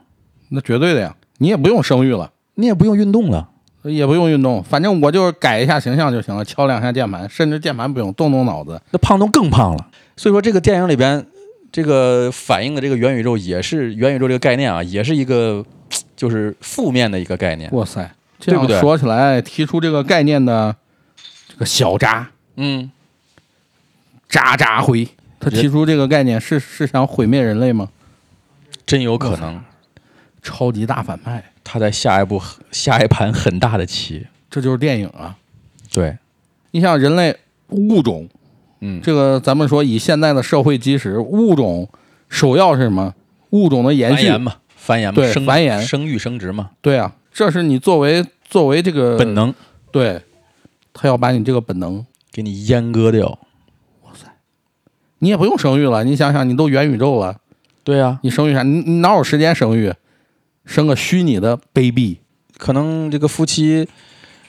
[SPEAKER 2] 那绝对的呀，你也不用生育了，
[SPEAKER 1] 你也不用运动了，
[SPEAKER 2] 也不用运动，反正我就是改一下形象就行了，敲两下键盘，甚至键盘不用，动动脑子。
[SPEAKER 1] 那胖东更胖了。所以说，这个电影里边这个反映的这个元宇宙，也是元宇宙这个概念啊，也是一个嘖就是负面的一个概念。啊
[SPEAKER 2] 哇塞，这
[SPEAKER 1] 对不对
[SPEAKER 2] 样说起来，提出这个概念的这个小渣
[SPEAKER 1] 嗯，
[SPEAKER 2] 渣渣辉，他
[SPEAKER 1] 人
[SPEAKER 2] 提出这个概念是是想毁灭人类吗？
[SPEAKER 1] 真有可能
[SPEAKER 2] 超级大反派，
[SPEAKER 1] 他在下一步下一盘很大的棋。
[SPEAKER 2] 这就是电影啊！
[SPEAKER 1] 对，
[SPEAKER 2] 你像人类物种，
[SPEAKER 1] 嗯
[SPEAKER 2] 这个咱们说以现在的社会基石，物种首要是什么？物种的延
[SPEAKER 1] 繁
[SPEAKER 2] 续，
[SPEAKER 1] 衍嘛，繁衍嘛，
[SPEAKER 2] 对
[SPEAKER 1] 生
[SPEAKER 2] 繁衍
[SPEAKER 1] 生育、生殖嘛，
[SPEAKER 2] 对啊，这是你作为作为这个
[SPEAKER 1] 本能
[SPEAKER 2] 对，他要把你这个本能，
[SPEAKER 1] 给你阉割掉。
[SPEAKER 2] 你也不用生育了。你想想，你都元宇宙了，
[SPEAKER 1] 对啊，
[SPEAKER 2] 你生育啥？你你哪有时间生育？生个虚拟的 baby？
[SPEAKER 1] 可能这个夫妻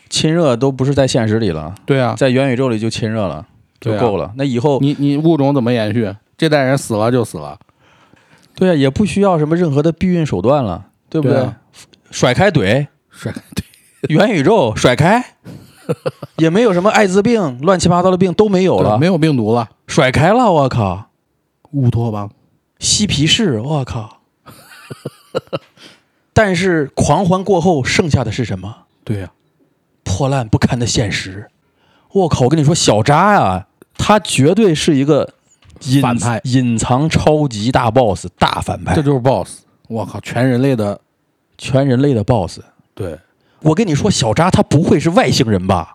[SPEAKER 1] 亲热都不是在现实里了，
[SPEAKER 2] 对啊，
[SPEAKER 1] 在元宇宙里就亲热了，就
[SPEAKER 2] 对啊
[SPEAKER 1] 够了。那以后
[SPEAKER 2] 你你物种怎么延续？这代人死了就死了，
[SPEAKER 1] 对啊，也不需要什么任何的避孕手段了，对不
[SPEAKER 2] 对啊
[SPEAKER 1] 甩开怼，
[SPEAKER 2] 甩开
[SPEAKER 1] 元宇宙甩
[SPEAKER 2] [LAUGHS]
[SPEAKER 1] 开，也没有什么艾滋病、乱七八糟的病都没有
[SPEAKER 2] 对
[SPEAKER 1] 了
[SPEAKER 2] 没，有病毒了，
[SPEAKER 1] 甩开了，我靠，
[SPEAKER 2] 乌托邦。
[SPEAKER 1] 嬉皮士，我
[SPEAKER 2] [LAUGHS]
[SPEAKER 1] 靠。但是狂欢过后，剩下的是什么？
[SPEAKER 2] 对呀、
[SPEAKER 1] 破烂不堪的现实。我靠！我跟你说，小扎呀、他绝对是一个隐
[SPEAKER 2] 反派
[SPEAKER 1] 隐藏超级大 boss，大反派
[SPEAKER 2] 这，就是 boss。我靠，全人类的
[SPEAKER 1] 全人类的 boss。
[SPEAKER 2] 对，
[SPEAKER 1] 我跟你说，小扎他不会是外星人吧？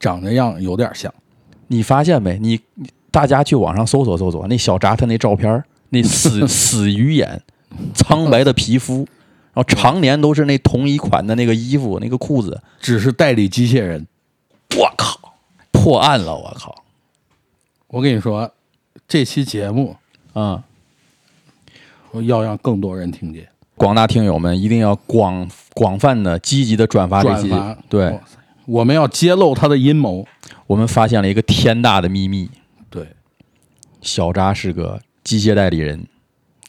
[SPEAKER 2] 长着样有点像。
[SPEAKER 1] 你发现没？你你大家去网上搜索搜索那小扎他那照片儿，那
[SPEAKER 2] [LAUGHS]
[SPEAKER 1] 死死鱼眼，苍白的皮肤，然后常年都是那同一款的那个衣服、那个裤子，
[SPEAKER 2] 只是代理机械人。
[SPEAKER 1] 我靠，破案了！我靠，
[SPEAKER 2] 我跟你说，这期节目
[SPEAKER 1] 嗯，
[SPEAKER 2] 我要让更多人听见，
[SPEAKER 1] 广大听友们一定要广广泛的、积极的转发这
[SPEAKER 2] 转
[SPEAKER 1] 期
[SPEAKER 2] 发。。哦
[SPEAKER 1] 对
[SPEAKER 2] 哇塞，我们要揭露他的阴谋。
[SPEAKER 1] 我们发现了一个天大的秘密：
[SPEAKER 2] 对，
[SPEAKER 1] 小扎是个机械代理人，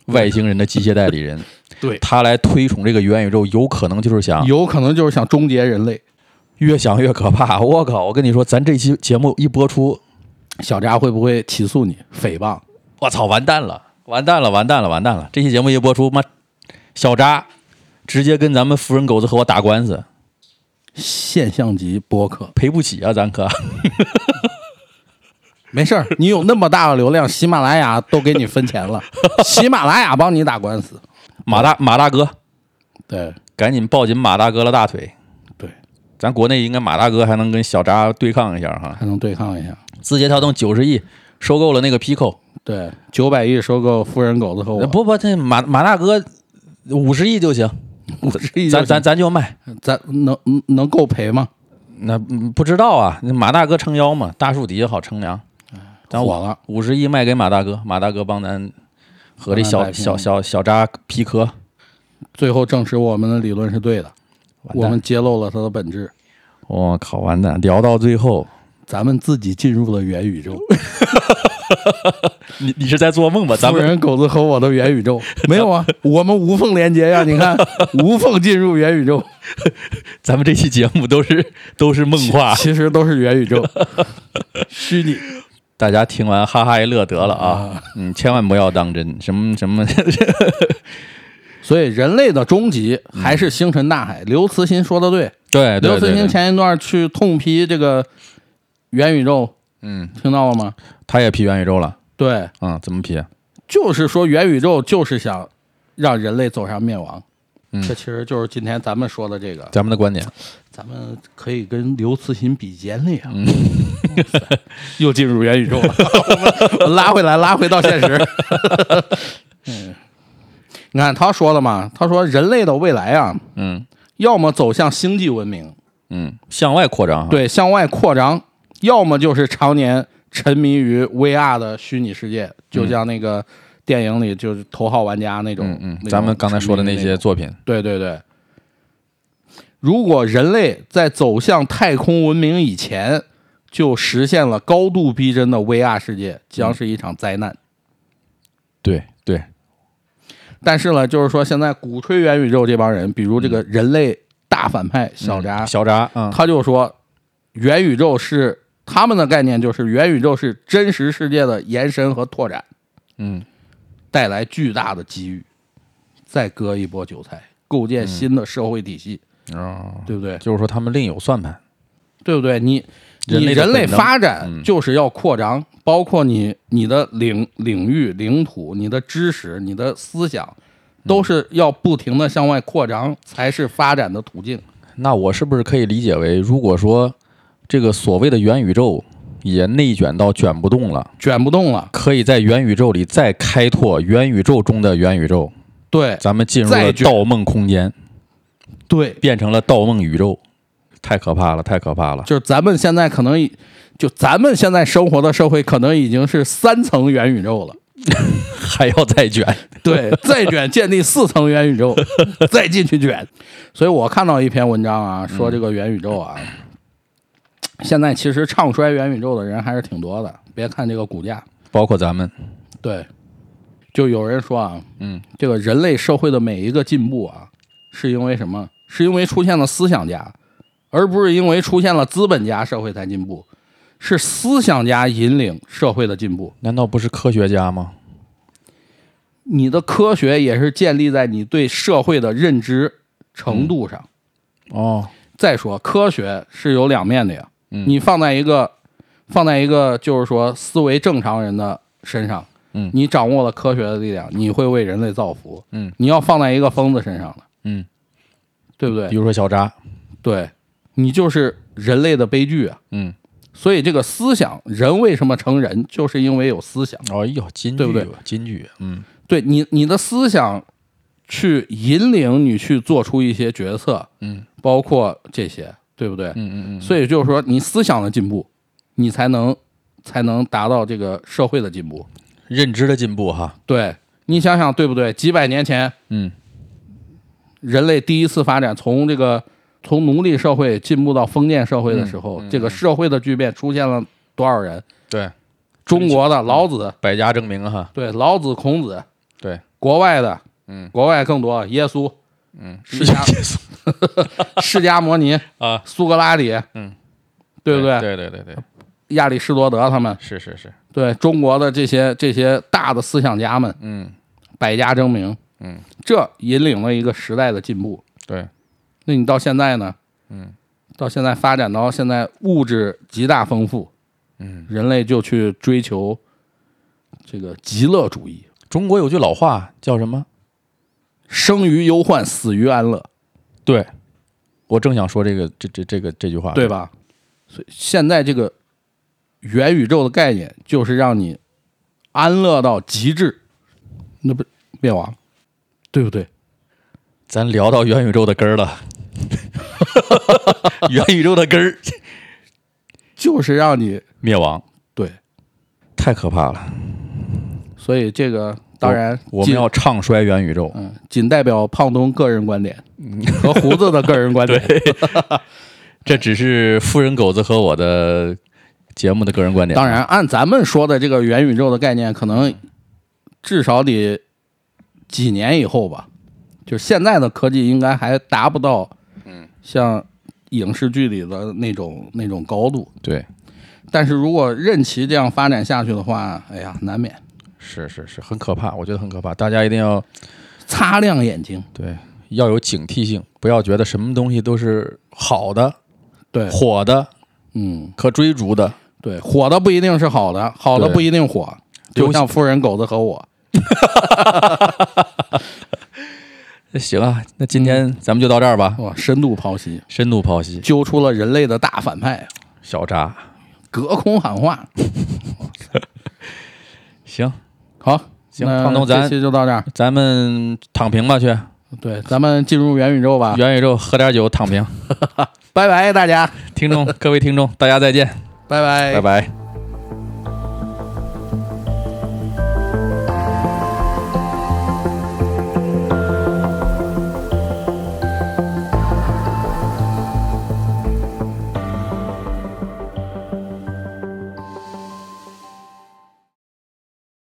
[SPEAKER 1] 外星人的机械代理人。
[SPEAKER 2] [LAUGHS] 对
[SPEAKER 1] 他来推崇这个元宇宙，有可能就是想
[SPEAKER 2] 有可能就是想终结人类。
[SPEAKER 1] 越想越可怕。 [LAUGHS] 我靠！我跟你说，咱这期节目一播出，
[SPEAKER 2] 小扎会不会起诉你诽谤？
[SPEAKER 1] 我操，完蛋了，完蛋了，完蛋了，完蛋了！这期节目一播出，妈，小扎直接跟咱们福人狗子和我打官司，
[SPEAKER 2] 现象级播客
[SPEAKER 1] 赔不起啊，咱可。 [LAUGHS]
[SPEAKER 2] 没事儿，你有那么大的流量，喜马拉雅都给你分钱了，喜马拉雅帮你打官司。
[SPEAKER 1] 马大马大哥，
[SPEAKER 2] 对
[SPEAKER 1] 赶紧抱紧马大哥的大腿。
[SPEAKER 2] 对，
[SPEAKER 1] 咱国内应该马大哥还能跟小扎对抗一下哈。
[SPEAKER 2] 还能对抗一下。
[SPEAKER 1] 字节跳动九十亿收购了那个 Pico，
[SPEAKER 2] 对，九百亿收购富人狗子和我， [LAUGHS]
[SPEAKER 1] 不不，这马马大哥五十亿就行，
[SPEAKER 2] 五十亿就
[SPEAKER 1] 咱
[SPEAKER 2] 行，
[SPEAKER 1] 咱咱就卖。
[SPEAKER 2] 咱能能够赔吗？
[SPEAKER 1] 那嗯不知道啊，那马大哥撑腰嘛，大树底下好乘凉。咱
[SPEAKER 2] 火了，
[SPEAKER 1] 五十亿卖给马大哥，马大哥帮咱和这
[SPEAKER 2] 帮
[SPEAKER 1] 小
[SPEAKER 2] 咱摆平
[SPEAKER 1] 小小小扎皮壳。
[SPEAKER 2] 最后证实我们的理论是对的，
[SPEAKER 1] 完
[SPEAKER 2] 我
[SPEAKER 1] 蛋
[SPEAKER 2] 们揭露了它的本质，
[SPEAKER 1] 我靠，完蛋！聊到最后，
[SPEAKER 2] 咱们自己进入了元宇宙。
[SPEAKER 1] 你你是在做梦吧？咱
[SPEAKER 2] 富
[SPEAKER 1] 们
[SPEAKER 2] 人狗子和我的元宇宙没
[SPEAKER 1] [LAUGHS]
[SPEAKER 2] 有啊，我们无缝连接呀、你看，无缝进入元宇宙，
[SPEAKER 1] 咱们这期节目都是都是梦话。
[SPEAKER 2] 其实都是元
[SPEAKER 1] [LAUGHS]
[SPEAKER 2] 宇宙，虚拟
[SPEAKER 1] 大家听完哈哈一乐得了啊，嗯，千万不要当真，什么什么，
[SPEAKER 2] 所以人类的终极还是星辰大海。刘慈欣说的对，
[SPEAKER 1] 嗯对对
[SPEAKER 2] 刘慈
[SPEAKER 1] 对
[SPEAKER 2] 欣
[SPEAKER 1] 对，
[SPEAKER 2] 前一段去痛批这个元宇宙，
[SPEAKER 1] 嗯，
[SPEAKER 2] 听到了吗？
[SPEAKER 1] 他也批元宇宙了，
[SPEAKER 2] 对，
[SPEAKER 1] 嗯，怎么批？
[SPEAKER 2] 就是说元宇宙就是想让人类走上灭亡。
[SPEAKER 1] 嗯
[SPEAKER 2] 这其实就是今天咱们说的这个，
[SPEAKER 1] 咱们的观点，
[SPEAKER 2] 咱们可以跟刘慈欣比肩了呀。
[SPEAKER 1] 嗯
[SPEAKER 2] 哇塞又进入元宇宙了，我 [LAUGHS] 们拉回来，拉回到
[SPEAKER 1] [LAUGHS]
[SPEAKER 2] 现实。嗯，嗯你看他说了嘛，他说人类的未来啊，
[SPEAKER 1] 嗯
[SPEAKER 2] 要么走向星际文明，
[SPEAKER 1] [LAUGHS] 嗯，向外扩张哈，
[SPEAKER 2] 对，向外扩张，要么就是常年沉迷于 VR 的虚拟世界，就像那个电影里就是头号玩家那种，
[SPEAKER 1] 嗯嗯
[SPEAKER 2] 那，种
[SPEAKER 1] 咱们刚才说的那
[SPEAKER 2] 沉迷于
[SPEAKER 1] 些
[SPEAKER 2] 那种，
[SPEAKER 1] 作品，
[SPEAKER 2] 对对对。如果人类在走向太空文明以前就实现了高度逼真的 VR 世界，将是一场灾难。
[SPEAKER 1] 对对，
[SPEAKER 2] 但是呢，就是说现在鼓吹元宇宙这帮人，比如这个人类大反派小扎，
[SPEAKER 1] 小扎，嗯，
[SPEAKER 2] 他就说，元宇宙是他们的概念，就是元宇宙是真实世界的延伸和拓展，
[SPEAKER 1] 嗯，
[SPEAKER 2] 带来巨大的机遇，再割一波韭菜，构建新的社会体系，
[SPEAKER 1] 嗯哦，
[SPEAKER 2] 对不对？
[SPEAKER 1] 就是说他们另有算盘，
[SPEAKER 2] 对不对？你
[SPEAKER 1] 人
[SPEAKER 2] 你
[SPEAKER 1] 类的
[SPEAKER 2] 人类
[SPEAKER 1] 本能
[SPEAKER 2] 发展
[SPEAKER 1] 嗯
[SPEAKER 2] 就是要扩张，包括你你的领领域、领土、你的知识、你的思想。
[SPEAKER 1] 嗯
[SPEAKER 2] 都是要不停的向外扩张，才是发展的途径。
[SPEAKER 1] 那我是不是可以理解为，如果说这个所谓的元宇宙也内卷到卷不动了，
[SPEAKER 2] 卷不动了，
[SPEAKER 1] 可以在元宇宙里再开拓元宇宙中的元宇宙，
[SPEAKER 2] 对
[SPEAKER 1] 咱们进入了
[SPEAKER 2] 再卷
[SPEAKER 1] 盗梦空间，
[SPEAKER 2] 对，
[SPEAKER 1] 变成了盗梦宇宙，太可怕了，太可怕了！ [LAUGHS]
[SPEAKER 2] 就是咱们现在可能已，就咱们现在生活的社会，可能已经是三层元宇宙了。
[SPEAKER 1] 还要再卷，
[SPEAKER 2] 对，再卷建立四层元宇宙，再进去卷。所以我看到一篇文章啊，说这个元宇宙啊，现在其实唱衰元宇宙的人还是挺多的。别看这个股价，
[SPEAKER 1] 包括咱们，
[SPEAKER 2] 对，就有人说啊，
[SPEAKER 1] 嗯，
[SPEAKER 2] 这个人类社会的每一个进步啊，是因为什么？是因为出现了思想家，而不是因为出现了资本家社会才进步，是思想家引领社会的进步。
[SPEAKER 1] 难道不是科学家吗？
[SPEAKER 2] 你的科学也是建立在你对社会的认知程度上。
[SPEAKER 1] 哦，
[SPEAKER 2] 再说，科学是有两面的呀，
[SPEAKER 1] 嗯
[SPEAKER 2] 你放在一个放在一个就是说思维正常人的身上，
[SPEAKER 1] 嗯
[SPEAKER 2] 你掌握了科学的力量，你会为人类造福，
[SPEAKER 1] 嗯，
[SPEAKER 2] 你要放在一个疯子身上了，
[SPEAKER 1] 嗯，
[SPEAKER 2] 对不对
[SPEAKER 1] 比？如说小扎，
[SPEAKER 2] 对，你就是人类的悲剧啊！
[SPEAKER 1] 嗯，
[SPEAKER 2] 所以这个思想，人为什么成人，就是因为有思想。
[SPEAKER 1] 哎呦，金句，
[SPEAKER 2] 对不对？
[SPEAKER 1] 金句，嗯，
[SPEAKER 2] 对你，你的思想去引领你去做出一些决策，
[SPEAKER 1] 嗯，
[SPEAKER 2] 包括这些，对不对？
[SPEAKER 1] 嗯嗯嗯，
[SPEAKER 2] 所以就是说，你思想的进步，你才能才能达到这个社会的进步。
[SPEAKER 1] 认知的进步哈，
[SPEAKER 2] 对你想想，对不对？几百年前，
[SPEAKER 1] 嗯，
[SPEAKER 2] 人类第一次发展从这个从奴隶社会进步到封建社会的时
[SPEAKER 1] 嗯
[SPEAKER 2] 候，这个社会的巨变出现了多少人？
[SPEAKER 1] 对，
[SPEAKER 2] 中国的老子，
[SPEAKER 1] 百家争鸣哈，
[SPEAKER 2] 对老子、孔子，
[SPEAKER 1] 对，
[SPEAKER 2] 国外的，
[SPEAKER 1] 嗯，
[SPEAKER 2] 国外更多，耶稣，
[SPEAKER 1] 嗯，
[SPEAKER 2] 释迦
[SPEAKER 1] 结束
[SPEAKER 2] 释迦 [LAUGHS] 摩尼、
[SPEAKER 1] [LAUGHS] 啊，
[SPEAKER 2] 苏格拉底，
[SPEAKER 1] 嗯，
[SPEAKER 2] 对不对？
[SPEAKER 1] 对对对对，
[SPEAKER 2] 亚里士多德他们，
[SPEAKER 1] 是是是，
[SPEAKER 2] 对中国的这些这些大的思想家们，
[SPEAKER 1] 嗯，
[SPEAKER 2] 百家争鸣，
[SPEAKER 1] 嗯，
[SPEAKER 2] 这引领了一个时代的进步。
[SPEAKER 1] 对，
[SPEAKER 2] 那你到现在呢？嗯，到现在发展到现在，物质极大丰富，
[SPEAKER 1] 嗯，
[SPEAKER 2] 人类就去追求这个极乐主义，
[SPEAKER 1] 中国有句老话叫什么？
[SPEAKER 2] 生于忧患，死于安乐，
[SPEAKER 1] 对，我正想说这个这这这个这句话，
[SPEAKER 2] 对吧？所以现在这个元宇宙的概念就是让你安乐到极致，那不灭亡，对不对？
[SPEAKER 1] 咱聊到元宇宙的根儿 [LAUGHS] 了，元宇宙的根儿
[SPEAKER 2] 就是让你
[SPEAKER 1] 灭亡，
[SPEAKER 2] 对，
[SPEAKER 1] 太可怕了。
[SPEAKER 2] 所以这个当然
[SPEAKER 1] 嗯我们
[SPEAKER 2] 仅
[SPEAKER 1] 要唱衰元宇宙，
[SPEAKER 2] 嗯，仅代表胖东个人观点
[SPEAKER 1] 嗯
[SPEAKER 2] 和胡子的个人观点。
[SPEAKER 1] 这只是富人狗子和我的节目的个人嗯观点。
[SPEAKER 2] 当，然，按咱们说的这个元宇宙的概念，可能至少得几年以后吧。就是现在的科技应该还达不到，嗯，像影视剧里的那种那种高度。
[SPEAKER 1] 对，
[SPEAKER 2] 但是如果任其这样发展下去的话，哎呀，难免
[SPEAKER 1] 是是是，很可怕，我觉得很可怕。大家一定要
[SPEAKER 2] 擦亮眼睛。
[SPEAKER 1] 对要有警惕性，不要觉得什么东西都是好的、
[SPEAKER 2] 对，
[SPEAKER 1] 火的、
[SPEAKER 2] 嗯，
[SPEAKER 1] 可追逐的。
[SPEAKER 2] 对，火的不一定是好的，好的
[SPEAKER 1] 对
[SPEAKER 2] 不一定火。
[SPEAKER 1] 尤
[SPEAKER 2] 就
[SPEAKER 1] 其
[SPEAKER 2] 像富人狗子和我，
[SPEAKER 1] 那行啊，那今天咱们就到这儿吧，
[SPEAKER 2] 哇，深度剖析，
[SPEAKER 1] 深度剖析
[SPEAKER 2] 揪出了人类的大反派，
[SPEAKER 1] 小扎。
[SPEAKER 2] 隔空喊话。
[SPEAKER 1] 行，
[SPEAKER 2] 好，
[SPEAKER 1] 行
[SPEAKER 2] 那
[SPEAKER 1] 胖东咱
[SPEAKER 2] 这期就到这儿。
[SPEAKER 1] 咱们躺平吧，去
[SPEAKER 2] 对，咱们进入元宇宙吧。
[SPEAKER 1] 元宇宙喝点 [LAUGHS] 酒，躺平。
[SPEAKER 2] 拜拜，大家，
[SPEAKER 1] 听众，各位听众，大家再见，
[SPEAKER 2] 拜拜
[SPEAKER 1] 拜拜。